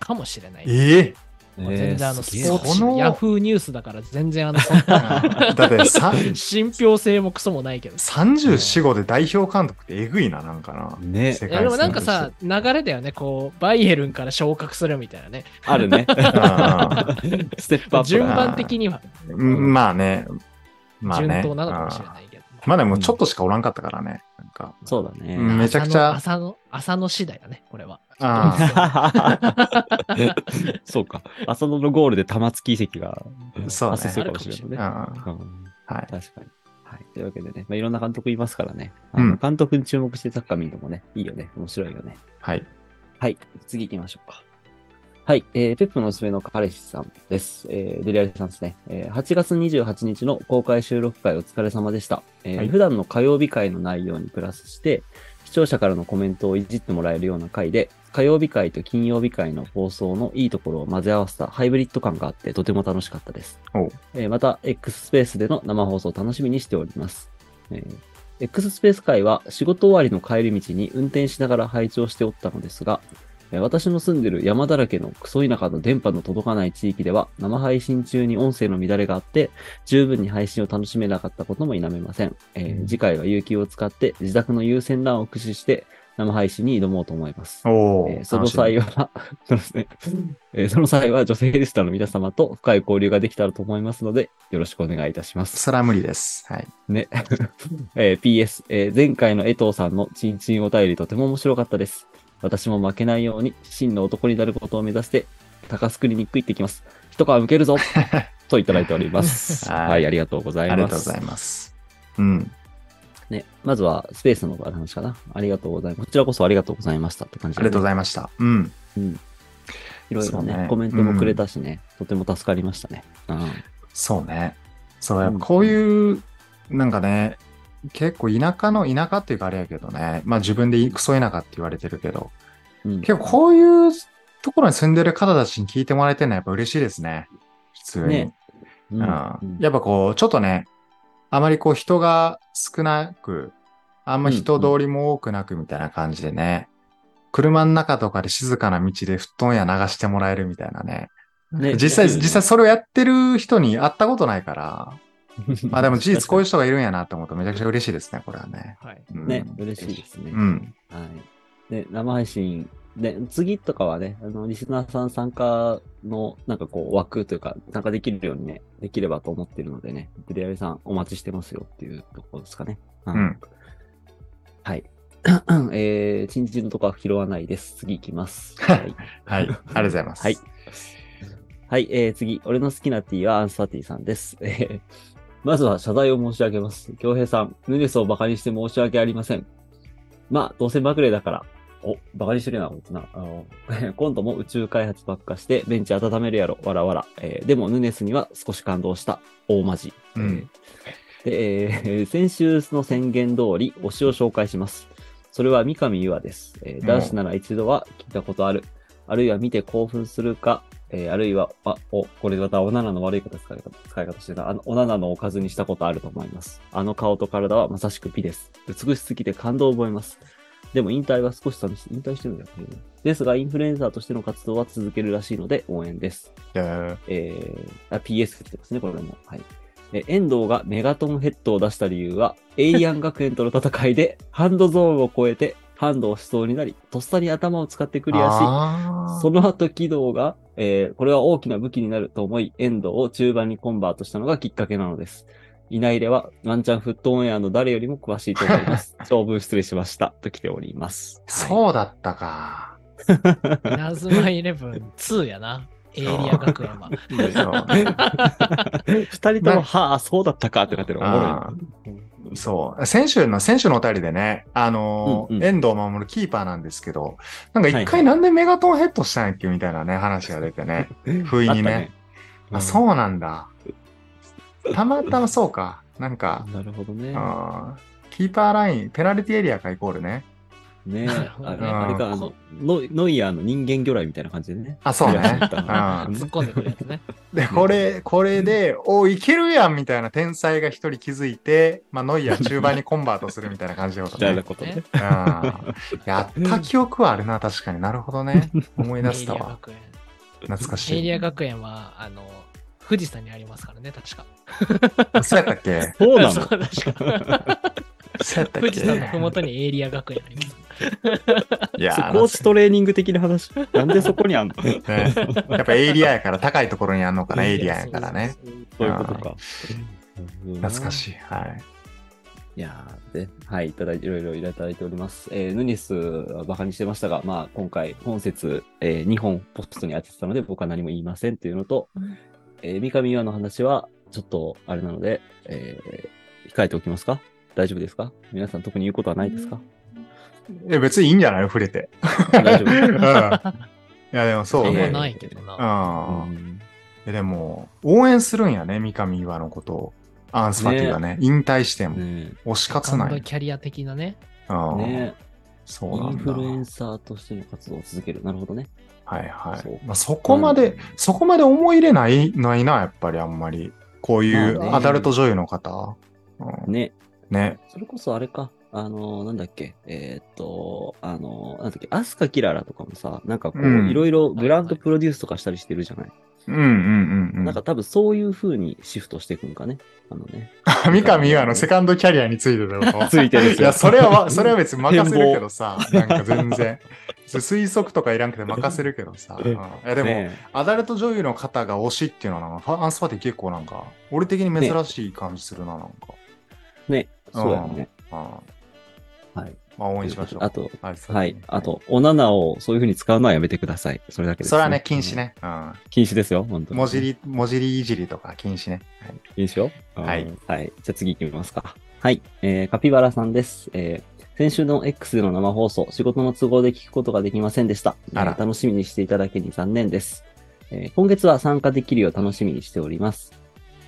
かもしれない。ええもう全然あの、えスーポーツすげえ紙、なヤフーニュースだから全然あ の、だって さ信憑性もクソもないけど。 34、5で代表監督ってえぐいな、なんかな。ね世界いやでもなんかさ、流れだよね、こう、バイエルンから昇格するみたいなね。あるね。 ステップアップだ順番的にはうんまあね。まあ順ね。当なのかもしれないけうど。んまあでもちょっとしかおらんかったからね。なんか。そうだね。うんめちゃくちゃ朝の、朝の次第だね、これは。あ そうか。浅野のゴールで玉突き遺跡があ、そうね発生するかもしれないね。あるかうんはい。確かに。はい。というわけでね、まあ、いろんな監督いますからね。うあんの監督に注目してサッカー見るのもね、いいよね。面白いよね。はい。はい。次行きましょうか。はい。えー、ペップのおすすめの彼氏さんです。えー、デリアリさんですね。えー、8月28日の公開収録会お疲れ様でした。えーはい普段の火曜日会の内容にプラスして、視聴者からのコメントをいじってもらえるような回で、火曜日会と金曜日会の放送のいいところを混ぜ合わせたハイブリッド感があって、とても楽しかったですおう。えーまた、X スペースでの生放送を楽しみにしております。えー X スペース会は仕事終わりの帰り道に運転しながら拝聴しておったのですが、えー私の住んでる山だらけのクソ田舎の電波の届かない地域では生配信中に音声の乱れがあって十分に配信を楽しめなかったことも否めません、えー次回は有給を使って自宅の優先 LAN を駆使して生配信に挑もうと思いますおえーーその際は、そうですね。えーその際は女性リスターの皆様と深い交流ができたらと思いますので、よろしくお願いいたします。それは無理です。はい。ね。 えー PS、えー前回の江藤さんのチンチンお便りとても面白かったです。私も負けないように真の男になることを目指して、高須クリニック行ってきます。一皮向け るぞといただいております。はいはい、ありがとうござあいります。がとうございます。うん。ね、まずはスペースの話かな。ありがとうございます。こちらこそありがとうございましたって感じあでりがとうございました。うん。うん。いろいろねそうねコメントもくれたしね、とても助かりましたね。うんそうね。そう、うんやっぱこういう、なんかね、結構田舎の田舎っていうかあれやけどね、まあ自分でクソ田舎って言われてるけど、うん結構こういうところに住んでる方たちに聞いてもらえてるのはやっぱ嬉しいですね。普通に。ねううんんうんやっぱこう、ちょっとね、あまりこう人が少なく、あんま人通りも多くなくみたいな感じでね、車の中とかで静かな道で布団や流してもらえるみたいなね。ね実際、ね実際それをやってる人に会ったことないから、まあでも事実こういう人がいるんやなと思うとめちゃくちゃ嬉しいですね、これはね。はい。うん ね、嬉しいですね。うん。はい。で、生配信。で、次とかはね、あの、リスナーさん参加の、なんかこう、枠というか、参加できるようにね、できればと思ってるのでね、デリアルさんお待ちしてますよっていうところですかね。ううん。はい。 えー、チンチンのとこは拾わないです。次行き ます。はい。はい。ありがとうございます。はい。はい、えー、次。俺の好きなティーはアンサーティさんです。えーまずは謝罪を申し上げます。京平さん、ヌネスをバカにして申し訳ありません。まあ、どうせまぐれだから。お、バカにしてるな、こいつな。あの 今度も宇宙開発ばっかして、ベンチ温めるやろ、わらわら。えーでも、ヌネスには少し感動した。大マジ。うんで、えー先週の宣言通り、推しを紹介します。それは三上優愛です。えーうん男子なら一度は聞いたことある。あるいは見て興奮するか、えーあるいは、あ、お、これまたおななの悪い方使い方、使い方してた。あの、おななのおかずにしたことあると思います。あの顔と体はまさしく美です。美しすぎて感動を覚えます。でも引退は少し寂しい。引退してるんだよね。ですが、インフルエンサーとしての活動は続けるらしいので応援です。えーえー、あ PS ってことですね、これも。はい。え遠藤がメガトンヘッドを出した理由は、エイリアン学園との戦いで、ハンドゾーンを越えて、ハンドをしそうになり、とっさに頭を使ってクリアし、あーその後、軌道が、えーこれは大きな武器になると思い、エンドを中盤にコンバートしたのがきっかけなのです。いないれは、ワンチャンフットオンエアの誰よりも詳しいと思い ます。長文失礼しました。と来ております。そうだったか。ナズマイレブン2やな。エイリア学園は。そう二人とも、はあ、そうだったかってなってるのがおもろい。あーそう。先週の、先週のお便りでね、あのー、うんうん遠藤守るキーパーなんですけど、なんかは一いはい回なんでメガトンヘッドしたんやっけみたいなね、話が出て ね。不意にね。ああったそうなんだ。たまたまそうか。なんかう、んなるほどね。あーキーパーライン、ペナルティエリアかイコールね。ねなるほどあねれあれか、あの、ノイノイアーの人間魚雷みたいな感じでね。あ、そういや ね知っ。たなう突っ込んでくるやつね。で、これ、これで、おいけるやんみたいな天才が一人気づいて、まあ、ノイアー中盤にコンバートするみたいな感じのこみとたいな ね。ことねね。うんやった記憶はあるな、確かになるほどね。思いエ出イしリ たアわ。学園。懐かエイしリい。ア学園は、あの、富士山にありますからね、確か。そうやったっけそうなそうの確か。そうやったっけ富士山のふもとにエイリア学園あります。いやそーうコーチトレーニング的な話。なんでそこにあん のそうねやっぱエイリアやから高いところにあんのかな、エイリアやそうかそうそらうね。。いうことか。懐かしい。い。はい。いやーで、はい、いただいて、いろいろいただいております。えーヌニスはバカにしてましたが、まあ、今回、本節、え2本ポストに当ててたので、僕は何も言いませんというのと、えー三上優愛の話は、ちょっと、あれなので、えー控えておきますか大丈夫ですか皆さん特に言うことはないですかえ、別にいいんじゃない触れて。大丈夫う。んいや、でもそうあんまね。ないけどうな。ん う。んえでも、応援するんやね、三上岩のことを。アンスパティがね、引退しても、ね推しバ活ンなドい。キャリア的なね。うんねそうなイんンフだ。ルエンサーとしての活動を続ける。なるほどね。はいはそうい。まあ、そこまで、そこまで思い入れない、ないな、やっぱりあんまり。こういまあうねアダルト女優の方。うんね。ね。それこそあれか。あのーなんだっけ。えーっと、あのーなんだっけ。アスカキララとかもさ、なんかこうう、んいろいろブランドプロデュースとかしたりしてるじゃない。うんうんうんうん。なんか多分そういう風にシフトしていくんかね。あのね。三上岩のセカンドキャリアについてだろついてですよいや、それはわ、それは別に任せるけどさ、なんか全然。それ推測とかいらんくて任せるけどさ。うんいや、でも、ねアダルト女優の方が推しっていうのはなんか、ファンスパティ結構なんか、俺的に珍しい感じするな、なんか。えねそうだよね。うんはい。まあ、応援しましょう。あと、はい、はい。あと、おななをそういう風に使うのはやめてください。それだけです、それはね、禁止。ね。うん。禁止ですよ、本当に。文字り、文字りいじりとか禁止ね。はいいいですよ。はいうん。はい。じゃあ次行きますか。はい。えー、カピバラさんです。えー、先週の X での生放送、仕事の都合で聞くことができませんでした。えーあら楽しみにしていただけに残念です。えー今月は参加できるよう楽しみにしております。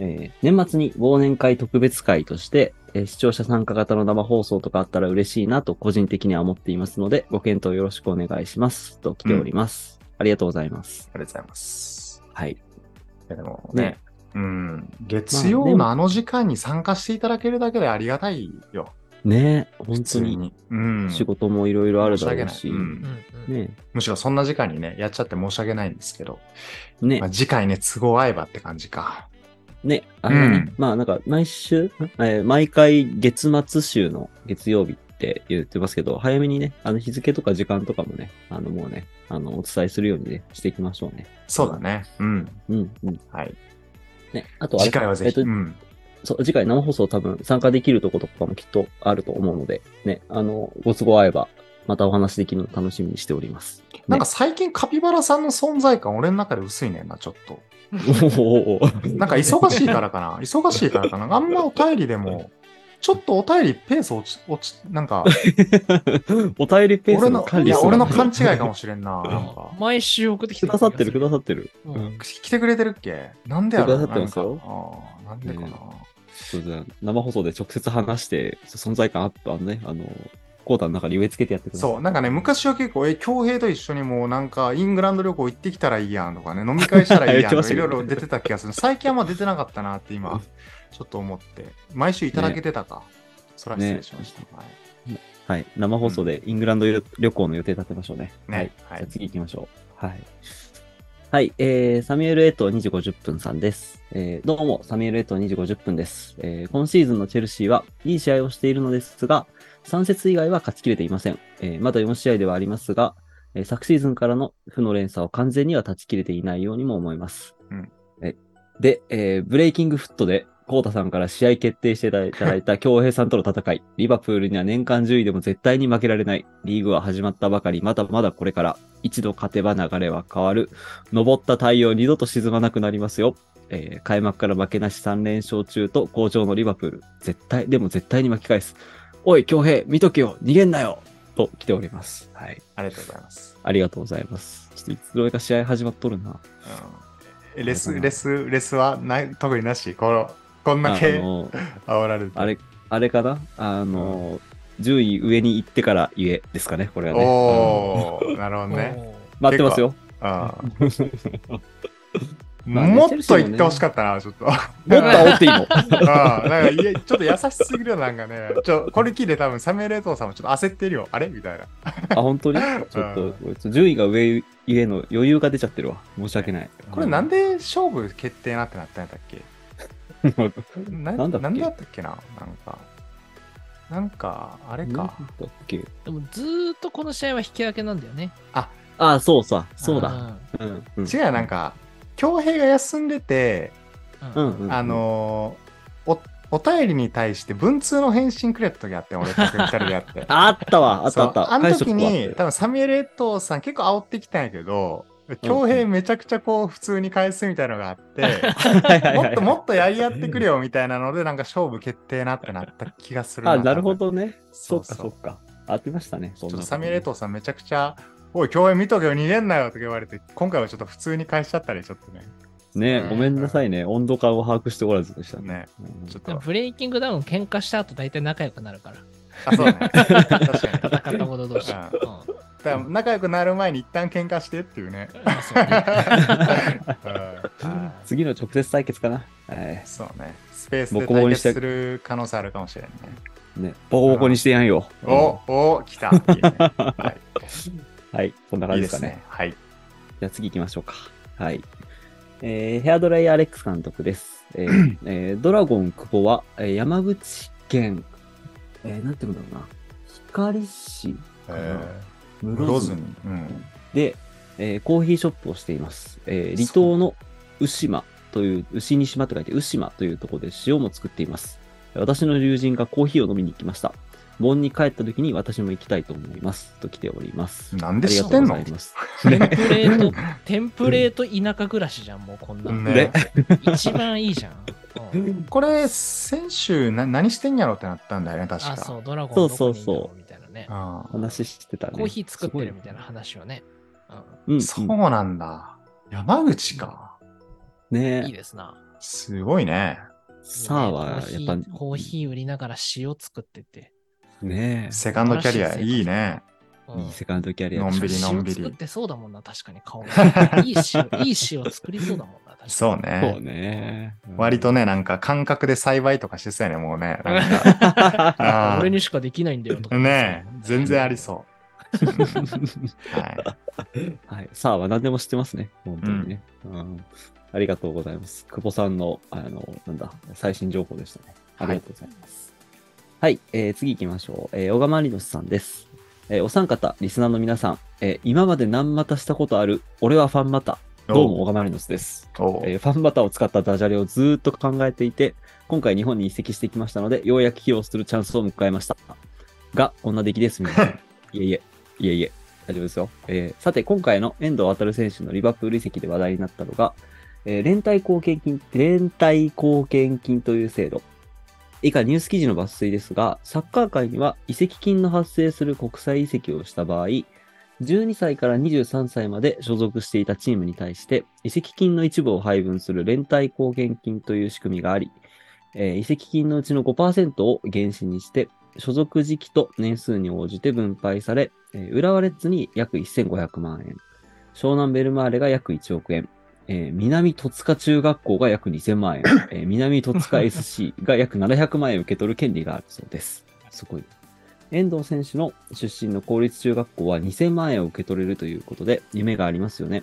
えー年末に忘年会特別会として、えー視聴者参加型の生放送とかあったら嬉しいなと個人的には思っていますので、ご検討よろしくお願いします。と来ております。ありがとうございます。ありがとうございます。はい。いやでもね、ね。うん。月曜のあの時間に参加していただけるだけでありがたいよ。ね本普当通に。に。うん。仕事もいろいろあるだろう申しし、訳ないうんうん うん。ねむしろそんな時間にね、やっちゃって申し訳ないんですけど、ねまあ、次回ね、都合合えばって感じか。ね、あれだねうんまあなんか毎週、えー毎回月末週の月曜日って言ってますけど、早めにね、あの日付とか時間とかもね、あのもうね、あのお伝えするようにね、していきましょうね。そうだね。うん。うん、うん。はい。ね、あとあれ次回はぜひ。えっうとん。そう、次回生放送多分参加できるとことかもきっとあると思うので、ね、あの、ご都合合えば、またお話できるの楽しみにしております。ねなんか最近カピバラさんの存在感、俺の中で薄いねんな、ちょっと。おーおーおーなんか忙しいからかな。 忙しいからかな。あんまお便りでも、ちょっとお便りペース落ち、落ち、なん か、お便りペース 俺のの、管い理や、する俺の勘違いかもしれんな。なんか毎週送ってきてくださってる、くださってる。うんうん来てくれてるっけなんでやろくださってますよなんかあーなんでかな、ねそうじゃあ生放送で直接話して、存在感アップはね、あの、コータの中に植え付けてやってください。そう、なんかね、昔は結構、え、恭平と一緒にもうなんか、イングランド旅行行ってきたらいいやんとかね、飲み会したら いいやんと言ってか、ましたいねろいろ出てた気がする。最近はあんま出てなかったなって今、ちょっと思って。毎週いただけてたか。そら失礼しました。はいはい。生放送でイングランド旅行の予定立てましょうね。ねははい。いじゃあ次行きましょう。はい。はい、えー、サミュエル・エトー2時50分さんです。えー、どうも、サミュエル・エトー2時50分です、えー。今シーズンのチェルシーはいい試合をしているのですが、3節以外は勝ちきれていません。えー、まだ4試合ではありますが、えー、昨シーズンからの負の連鎖を完全には断ち切れていないようにも思います。うんえで、えー、ブレイキングフットで、コータさんから試合決定していただいた 京平さんとの戦い、リバプールには年間10位でも絶対に負けられない、リーグは始まったばかり、まだまだこれから、一度勝てば流れは変わる、登った太陽二度と沈まなくなりますよ。えー開幕から負けなし3連勝中と好調のリバプール。絶対、でも絶対に巻き返す。おい、京平、見とけよ、逃げんなよと来ております。はい。ありがとうございます。ありがとうございます。ちょっといつの間にか試合始まっとるな。うん、レス、レス、レスはない特になし、このこんだけの、煽られると。あれ、あれかなあの、10位上に行ってから言えですかね、これはね。おー、なるほどおね。ーうん待ってますよ。うん まあねもっと言ってほしかったな、ちょっと。もっと煽っていい のうんなんかいやちょっと優しすぎるよ、なんかね。ちょこれ聞いて多分サミュエル・エトーさんもちょっと焦ってるよ。あれみたいな。あ、本当にちょっと、こいつ順位が上ゆえの余裕が出ちゃってるわ。申し訳ない。これなんで勝負決定なってなったんやったっけななんだっけなんでやったっけななんか。なんか、あれなんか。だっけでもずーっとこの試合は引き分けなんだよね。ああ、そうさ、そうあだ。んうん違うよ、なん。か、恭平が休んでて、ううんん。うん、あのーお、お便りに対して文通の返信くれた時あって、俺と二人でや って。あったわ、あったあった。そうあの時返にしと、く多わ分サミュエル・エトーさん結構煽ってきたんやけど、恭平めちゃくちゃこう普通に返すみたいのがあって、はい はいもはっいともっとやり合ってくれよみたいなので、なんか勝負決定なってなった気がする あ、なるほ。どね。そそうっそかうそっか。あってましたね。多そん分ちょっなこととサミュエル・エトーさんめちゃくちゃ、おい、共演見とけよ、逃げんなよとか言われて、今回はちょっと普通に返しちゃったり、ちょっとね。ね、ごめんなさいね。温度感を把握しておらずでしたね。ね、うんちょっでとも。ブレイキングダウン喧嘩した後大体仲良くなる から。あ、そうね。確かに。だ戦った者同士。うん。から仲良くなる前に一旦喧嘩してっていう ね。そ うねうん次の直接対決かな。はいそうね。スペースボでコボコ対にして決する可能性あるかもしれないね。ね、ボコボコにしてやんよ。おお来 たっていうねは。うんはい、こんないい感いでじですかすね。ね。はい。じゃあ次行きましょうか。はい。えーヘアドライヤーアレックス監督です。えーえードラゴン久保は、えー山口県、えーなんていうんだろうな、光市えー室ロ津ズに。うん。で、えーコーヒーショップをしています。えー離島の牛島という、牛に島と書いて牛島というところで塩も作っています。私の友人がコーヒーを飲みに行きました。盆に帰った時に私も行きたいと思います。と来ております。なんで知ってんのありがとうございま テす。ンプレート、 テンプレート田舎暮らしじゃん、もうこんなうんん。ねで、一番いいじゃん。うんこれ、先週な何してんやろってなったんだよね、確か。あ、そう、ドラゴンどこにいんだそうろそううみたいなね。あー話してたね。コーヒー作ってるみたいな話をね。うんうんそうなんだ。山口か。うねんいいですな。すごいね。さあはコーやっヒぱーコーヒー売りながら塩作ってて。ねセカンドキャリア、素晴らしいいいね。うんいいセカンドキャリアのんびり塩のんび作っり。てそうだもんな、確かに顔が。いい塩、 いい塩作りそうだもんな、確かに。 そうそうね。ね。割とね、なんか感覚で栽培とかしてそうやね、もうね。なんか あー俺にしかできないんだよとか。ねえ、全然ありそう。うんははい。さあは何でも知ってますね。本当にね。うんありがとうございます。久保さんの、あの、なんだ、最新情報でしたね。ありがとうございます。はい。えー次行きましょう。えー小川まりのしさんです。えーお三方、リスナーの皆さん、えー今まで何またしたことある、俺はファンまた。い。どうも、小川まりのしです。おう。えーファンバターを使ったダジャレをずーっと考えていて、今回日本に移籍してきましたので、ようやく披露するチャンスを迎えました。が、こんな出来ですみません。いえいえ、いえいえ、大丈夫ですよ。えーさて、今回の遠藤航選手のリバプール移籍で話題になったのが、えー連帯貢献金、連帯貢献金という制度。以下ニュース記事の抜粋ですが、サッカー界には移籍金の発生する国際移籍をした場合、12歳から23歳まで所属していたチームに対して、移籍金の一部を配分する連帯貢献金という仕組みがあり、えー移籍金のうちの5%を原資にして、所属時期と年数に応じて分配され、えー浦和レッズに約1500万円、湘南ベルマーレが約1億円、えー南戸塚中学校が約2000万円、えー南戸塚 SC が約700万円受け取る権利があるそうです。すごい。遠藤選手の出身の公立中学校は2000万円を受け取れるということで、夢がありますよね。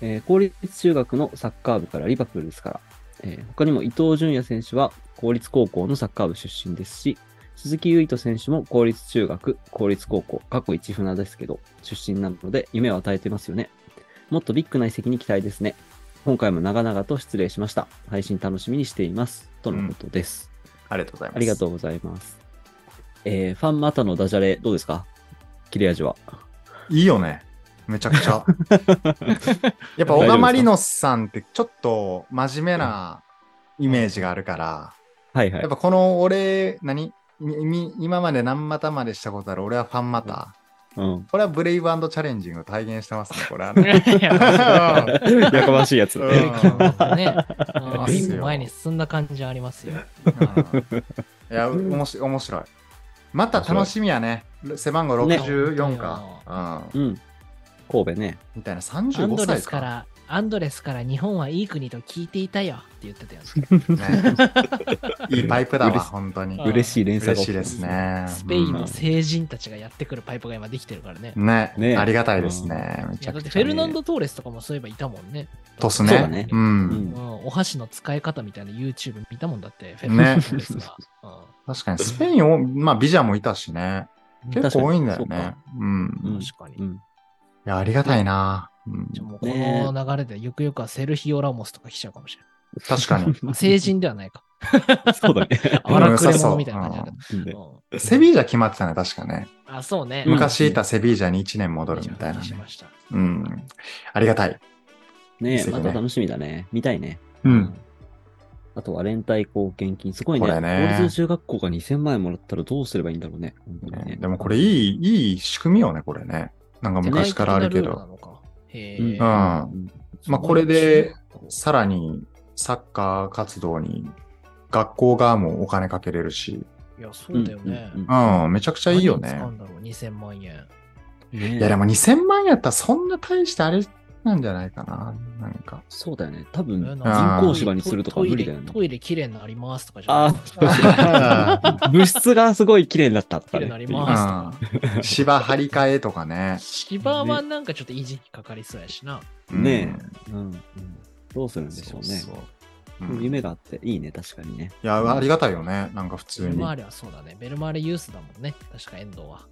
えー公立中学のサッカー部からリバプールですから、えー他にも伊東純也選手は公立高校のサッカー部出身ですし、鈴木唯人選手も公立中学、公立高校、過去一船ですけど、出身なので夢を与えてますよね。もっとビッグな遺跡に期待ですね。今回も長々と失礼しました。配信楽しみにしています。とのことです。ありがとうございます。ありがとうございます。えーファンまたのダジャレ、どうですか切れ味は。いいよね。めちゃくち ゃ。やっぱ、小田マリノスさんってちょっと真面目なイメージがあるから、はいはいやっ。ぱこの俺、何みみ今まで何股までしたことある俺はファンマタ。うん。これはブレイブチャレンジングを体現してますね、これは ね。 いややかましいやつだうんね。 ね、うんますよ一歩前に進んだ感じはありますよ。うんいや、おもし面白い。また楽しみやね。背番号64か。うんうん。神戸ね。みたいなアン35ドレ歳スかか。ら、アンドレスから日本はいい国と聞いていたよって言ってたよね。ねいいパイプだわ、嬉し本当に。うん嬉しい連鎖が嬉起しきいてまです。ね。スペインうのん成人たちがやってくるパイプが今できてるからね。ねねありがたいですね。めいちやゃだっくてちゃ。フェルナンド・トーレスとかもそういえばいたもんね。トスそうだねね。う。うんうんんん。お箸の使い方みたいな YouTube 見たもんだって、フェルナンド・トーレスが。確かに、スペインを、まあ、ビジャもいたしね。うん結構多いんだよ確ねか。うん。うんい確かに。うん。や、ありがたいな。うんじゃあもうこの流れでゆくゆくはセルヒオ・ラモスとか来ちゃうかもしれ ない。確かに。まあ成人ではないか。そうだね。 荒くれ者みたいな感じだねうんでうんセビージャ決まってたね、確かね。あ、そうね。昔いたセビージャに1年戻るみたいなねし。ました。うん。ありがたい。ねそうだまねた楽しみだね。見たいね。うん。。あとは連帯貢献金。すごいね。これね公立中学校が2000万円もらったらどうすればいいんだろうね。本当にねでもこれいい、いい仕組みよね、これね。なんか昔からあるけジェネラど。ルルールなのか。へうんえ。うんうんまあこれで、さらにサッカー活動に学校側もお金かけれるし、いや、そうだよね。うんうんうん、めちゃくちゃいいよね何に使。うんだろう、2000万円。ねいやでも2000万円やったらそんな大してあれなんじゃないかな。なんか。そうだよね。多分、え人あー工芝にするとかトイレ無理だよね。トイレきれいになりますとかじゃあん。あ、物質がすごい綺麗になったときかれいね。になりますとか。うん芝張り替えとか ね。芝はなんかちょっと維持にかかりそうやしな。うんねうんうんどうするんでしょうね。そうそううん夢があって、いいね、確かにね。いや、ありがたいよね。なんか普ベ通ルにマ。ーレはそうだね。ベルマーレユースだもんね。確か遠藤は。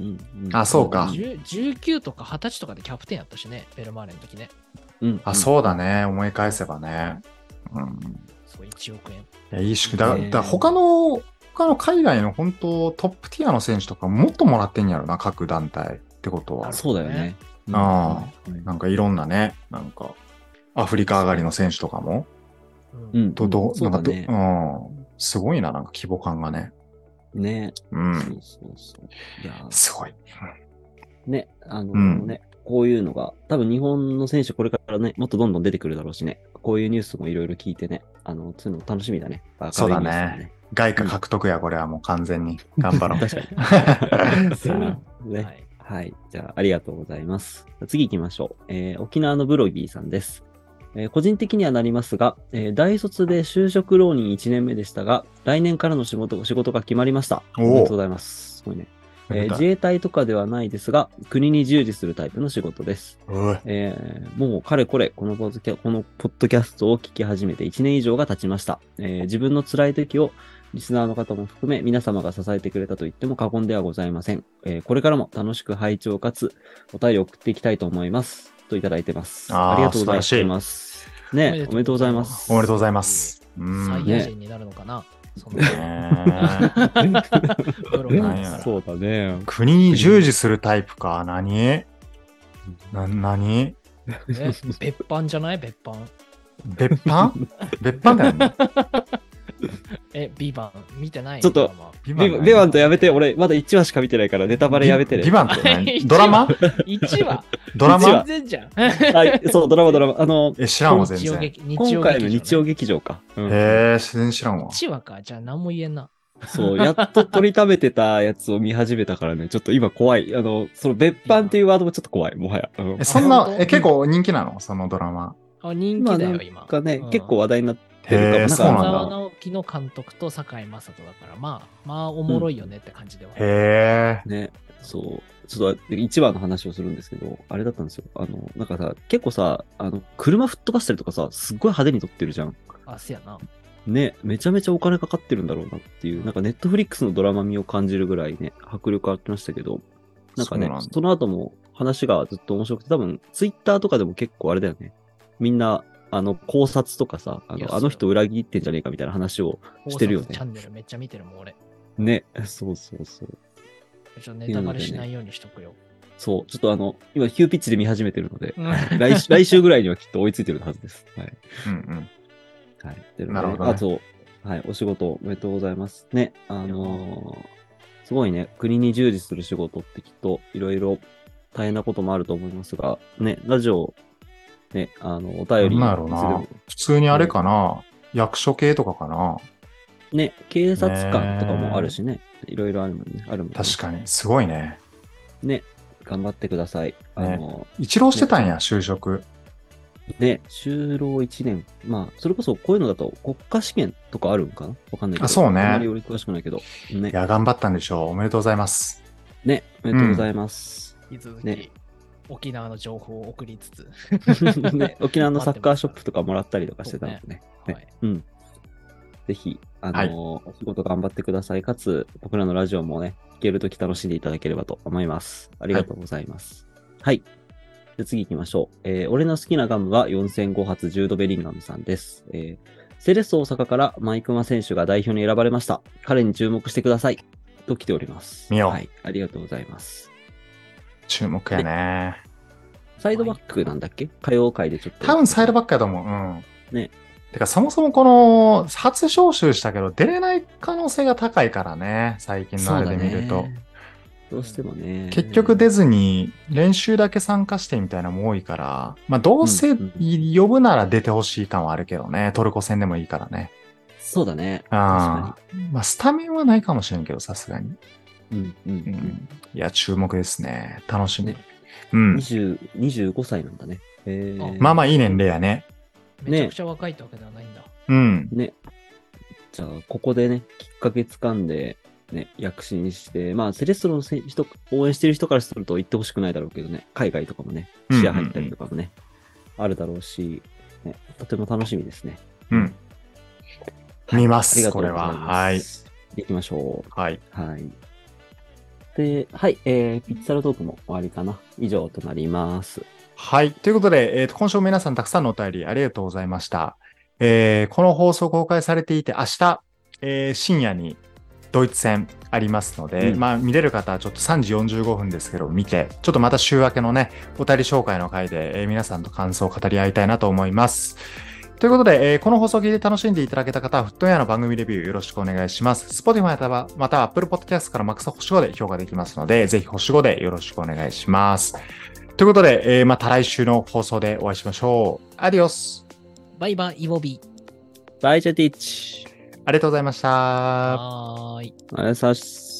うんうんあそうか10 19とか20歳とかでキャプテンやったしね。ベルマーレの時ね。うんあ、そうだね。思い返せばね。うん。そう、1億円。いや、いい仕組み。だねだから他の、他の海外の本当トップティアの選手とかもっともらってんやろな、各団体ってことあは。そうだよね。あうんなんかいろんなね、なんか、アフリカ上がりの選手とかも、う。うんん。とど、そうなだんかど、ね。うん、すごいな、なんか規模感がね。ね。う、そうんそうそう。いやーすごい。ね、あのうんね、こういうのが、多分日本の選手これからね、もっとどんどん出てくるだろうしね、こういうニュースもいろいろ聞いてね、あの、そういうの楽しみだね。そうだね明るいニュースもね。外貨獲得や、これはもう完全に。頑張ろう。 確かに。はねい。はい。じゃあ、ありがとうございます。次行きましょう。えー沖縄のブロギーさんです。えー個人的にはなりますが、えー大卒で就職浪人1年目でしたが、来年からの仕事仕事が決まりました。おおおめでとうございます。すごいね、えー自衛隊とかではないですが、国に従事するタイプの仕事です。おいえーもうかれこれこのポッドキャ、このポッドキャストを聞き始めて1年以上が経ちました。えー自分の辛い時をリスナーの方も含め皆様が支えてくれたと言っても過言ではございません。えーこれからも楽しく拝聴かつお便りを送っていきたいと思います。といただいてます。あーありがとうございます。おね、おめめででととううごござざいいま。ますおめでとうございます。うん。サイヤ人になるのかな。そのねえブログなんやそうだね。国に従事するタイプか。 何な、何ね別班じゃない別班。別 班別班だよね。え、ビバン見てないちょっとドラマビビビバンとやめて、俺まだ1話しか見てないからネタバレやめてね。ビバンって何一ドラ マ1話 ドラ一マ話全然じゃん。はい、そう、ドラマドラマ。あの、え、知らんわ、全日曜然。劇日今曜劇場回の日曜ね劇場か。うんへえ、全然知らんわ。 1話か。じゃあ何も言えんな。そう、やっと取りためてたやつを見始めたからね、ちょっ と今怖い。あの、その別版っていうワードもちょっと怖い、もはや。うんえ、そんな、え、結構人気なのそのドラマ。あ人今気だなよ、ん今。かねうん、結構話題になってへるかえも。なんそかう小なんだ沢直樹の監督と堺雅人だから、まあ、まあ、おもろいよねって感じでは。へえ。ね、そう。ちょっと一番の話をするんですけど、あれだったんですよ。あの、なんかさ、結構さ、あの、車吹っ飛ばしたりとかさ、すっごい派手に撮ってるじゃん。あ、せやな。ね、めちゃめちゃお金かかってるんだろうなっていう、なんかネットフリックスのドラマ味を感じるぐらいね、迫力ありましたけど、なんかね、そうなんそだの後も話がずっと面白くて、多分、ツイッターとかでも結構あれだよね。みんな、あの、考察とかさ、あいやのそうあの人裏切ってんじゃねえかみたいな話を、してるよね考察チャンネルめっちゃ見てるもん、俺。ね、そうそうそう。ちょっとネタバレしないようにしとくよ。そう、ちょっとあの、今、急ピッチで見始めてるので、うん来週来週ぐらいにはきっと追いついてるはずです。はい。うんうん。はい。というなるほどねあと、はい、お仕事おめでとうございます。ね、あのーすごいね、国に従事する仕事ってきっといろいろ大変なこともあると思いますが、ね、ラジオ、ね、あの、お便り、なんだろうな普通にあれかな、役所系とかかなね、警察官とかもあるしね、いろいろあるもんね、あるもんね。確かに。すごいね。ね、頑張ってください。あの一浪してたんや、就職。ー、ね、就労1年。まあ、それこそこういうのだと国家試験とかあるんかなわかんないけど。あそうねあんまり俺詳しくないけど。ねい、や、頑張ったんでしょう。おめでとうございます。ね、おめでとうございます。 引き続ねき、沖縄の情報を送りつつ。ね、沖縄のサッカーショップとかもらったりとかしてたのでね。そうねねはいうん。ぜひ、あのーはいお仕事頑張ってください。かつ、僕らのラジオもね、聞けるとき楽しんでいただければと思います。ありがとうございます。はい。じゃあ次行きましょう。えー俺の好きなガムは4005発10ドベリンガムさんです。えーセレッソ大阪からマイクマ選手が代表に選ばれました。彼に注目してください。と来ております。見ようはい。ありがとうございます。注目やね。サイドバックなんだっけ歌謡界でちょっと。多分サイドバックやと思う。うん。ね。てか、そもそもこの、初招集したけど、出れない可能性が高いからね。最近のあれで見るそうと。だねどうしてもね。結局出ずに練習だけ参加してみたいなのも多いから、まあどうせうん呼ぶなら出てほしい感はあるけどね、トルコ戦でもいいからね。そうだね。あまあスタメンはないかもしれんけど、さすがに。確かに。うんうんううんん。いや、注目ですね。楽しみ。ねうん。 20 25歳なんだね。えー、まあまあいい年齢やね。めちゃくちゃ若いってわけではないんだ。うん。ね。じゃあ、ここでね、きっかけ掴んで、ね、躍進して、まあ、セレストのせ人、応援してる人からすると行ってほしくないだろうけどね、海外とかもね、視野入ったりとかもね、あるだろうし、ね、とても楽しみですね。うん。はい見まありす、がとこうごれざいは。まはい。す。はい。行きましょう。はい。はい。で、はい、えー、ピッツァラトークも終わりかな。以上となります。はい。ということで、えーと今週も皆さんたくさんのお便りありがとうございました。えーこの放送公開されていて、明日、えー深夜にドイツ戦ありますので、うんまあ見れる方はちょっと3時45分ですけど、見て、ちょっとまた週明けのね、お便り紹介の回で、えー皆さんと感想を語り合いたいなと思います。ということで、えーこの放送を聞いて楽しんでいただけた方は、フットウェアの番組レビューよろしくお願いします。Spotify または、または Apple Podcast からマックス星5で評価できますので、ぜひ星5でよろしくお願いします。ということで、えーまた来週の放送でお会いしましょう。アディオス。バイバイ、イボビバイチェティッチ。ありがとうございました。ー。はーい。ありがとうございます。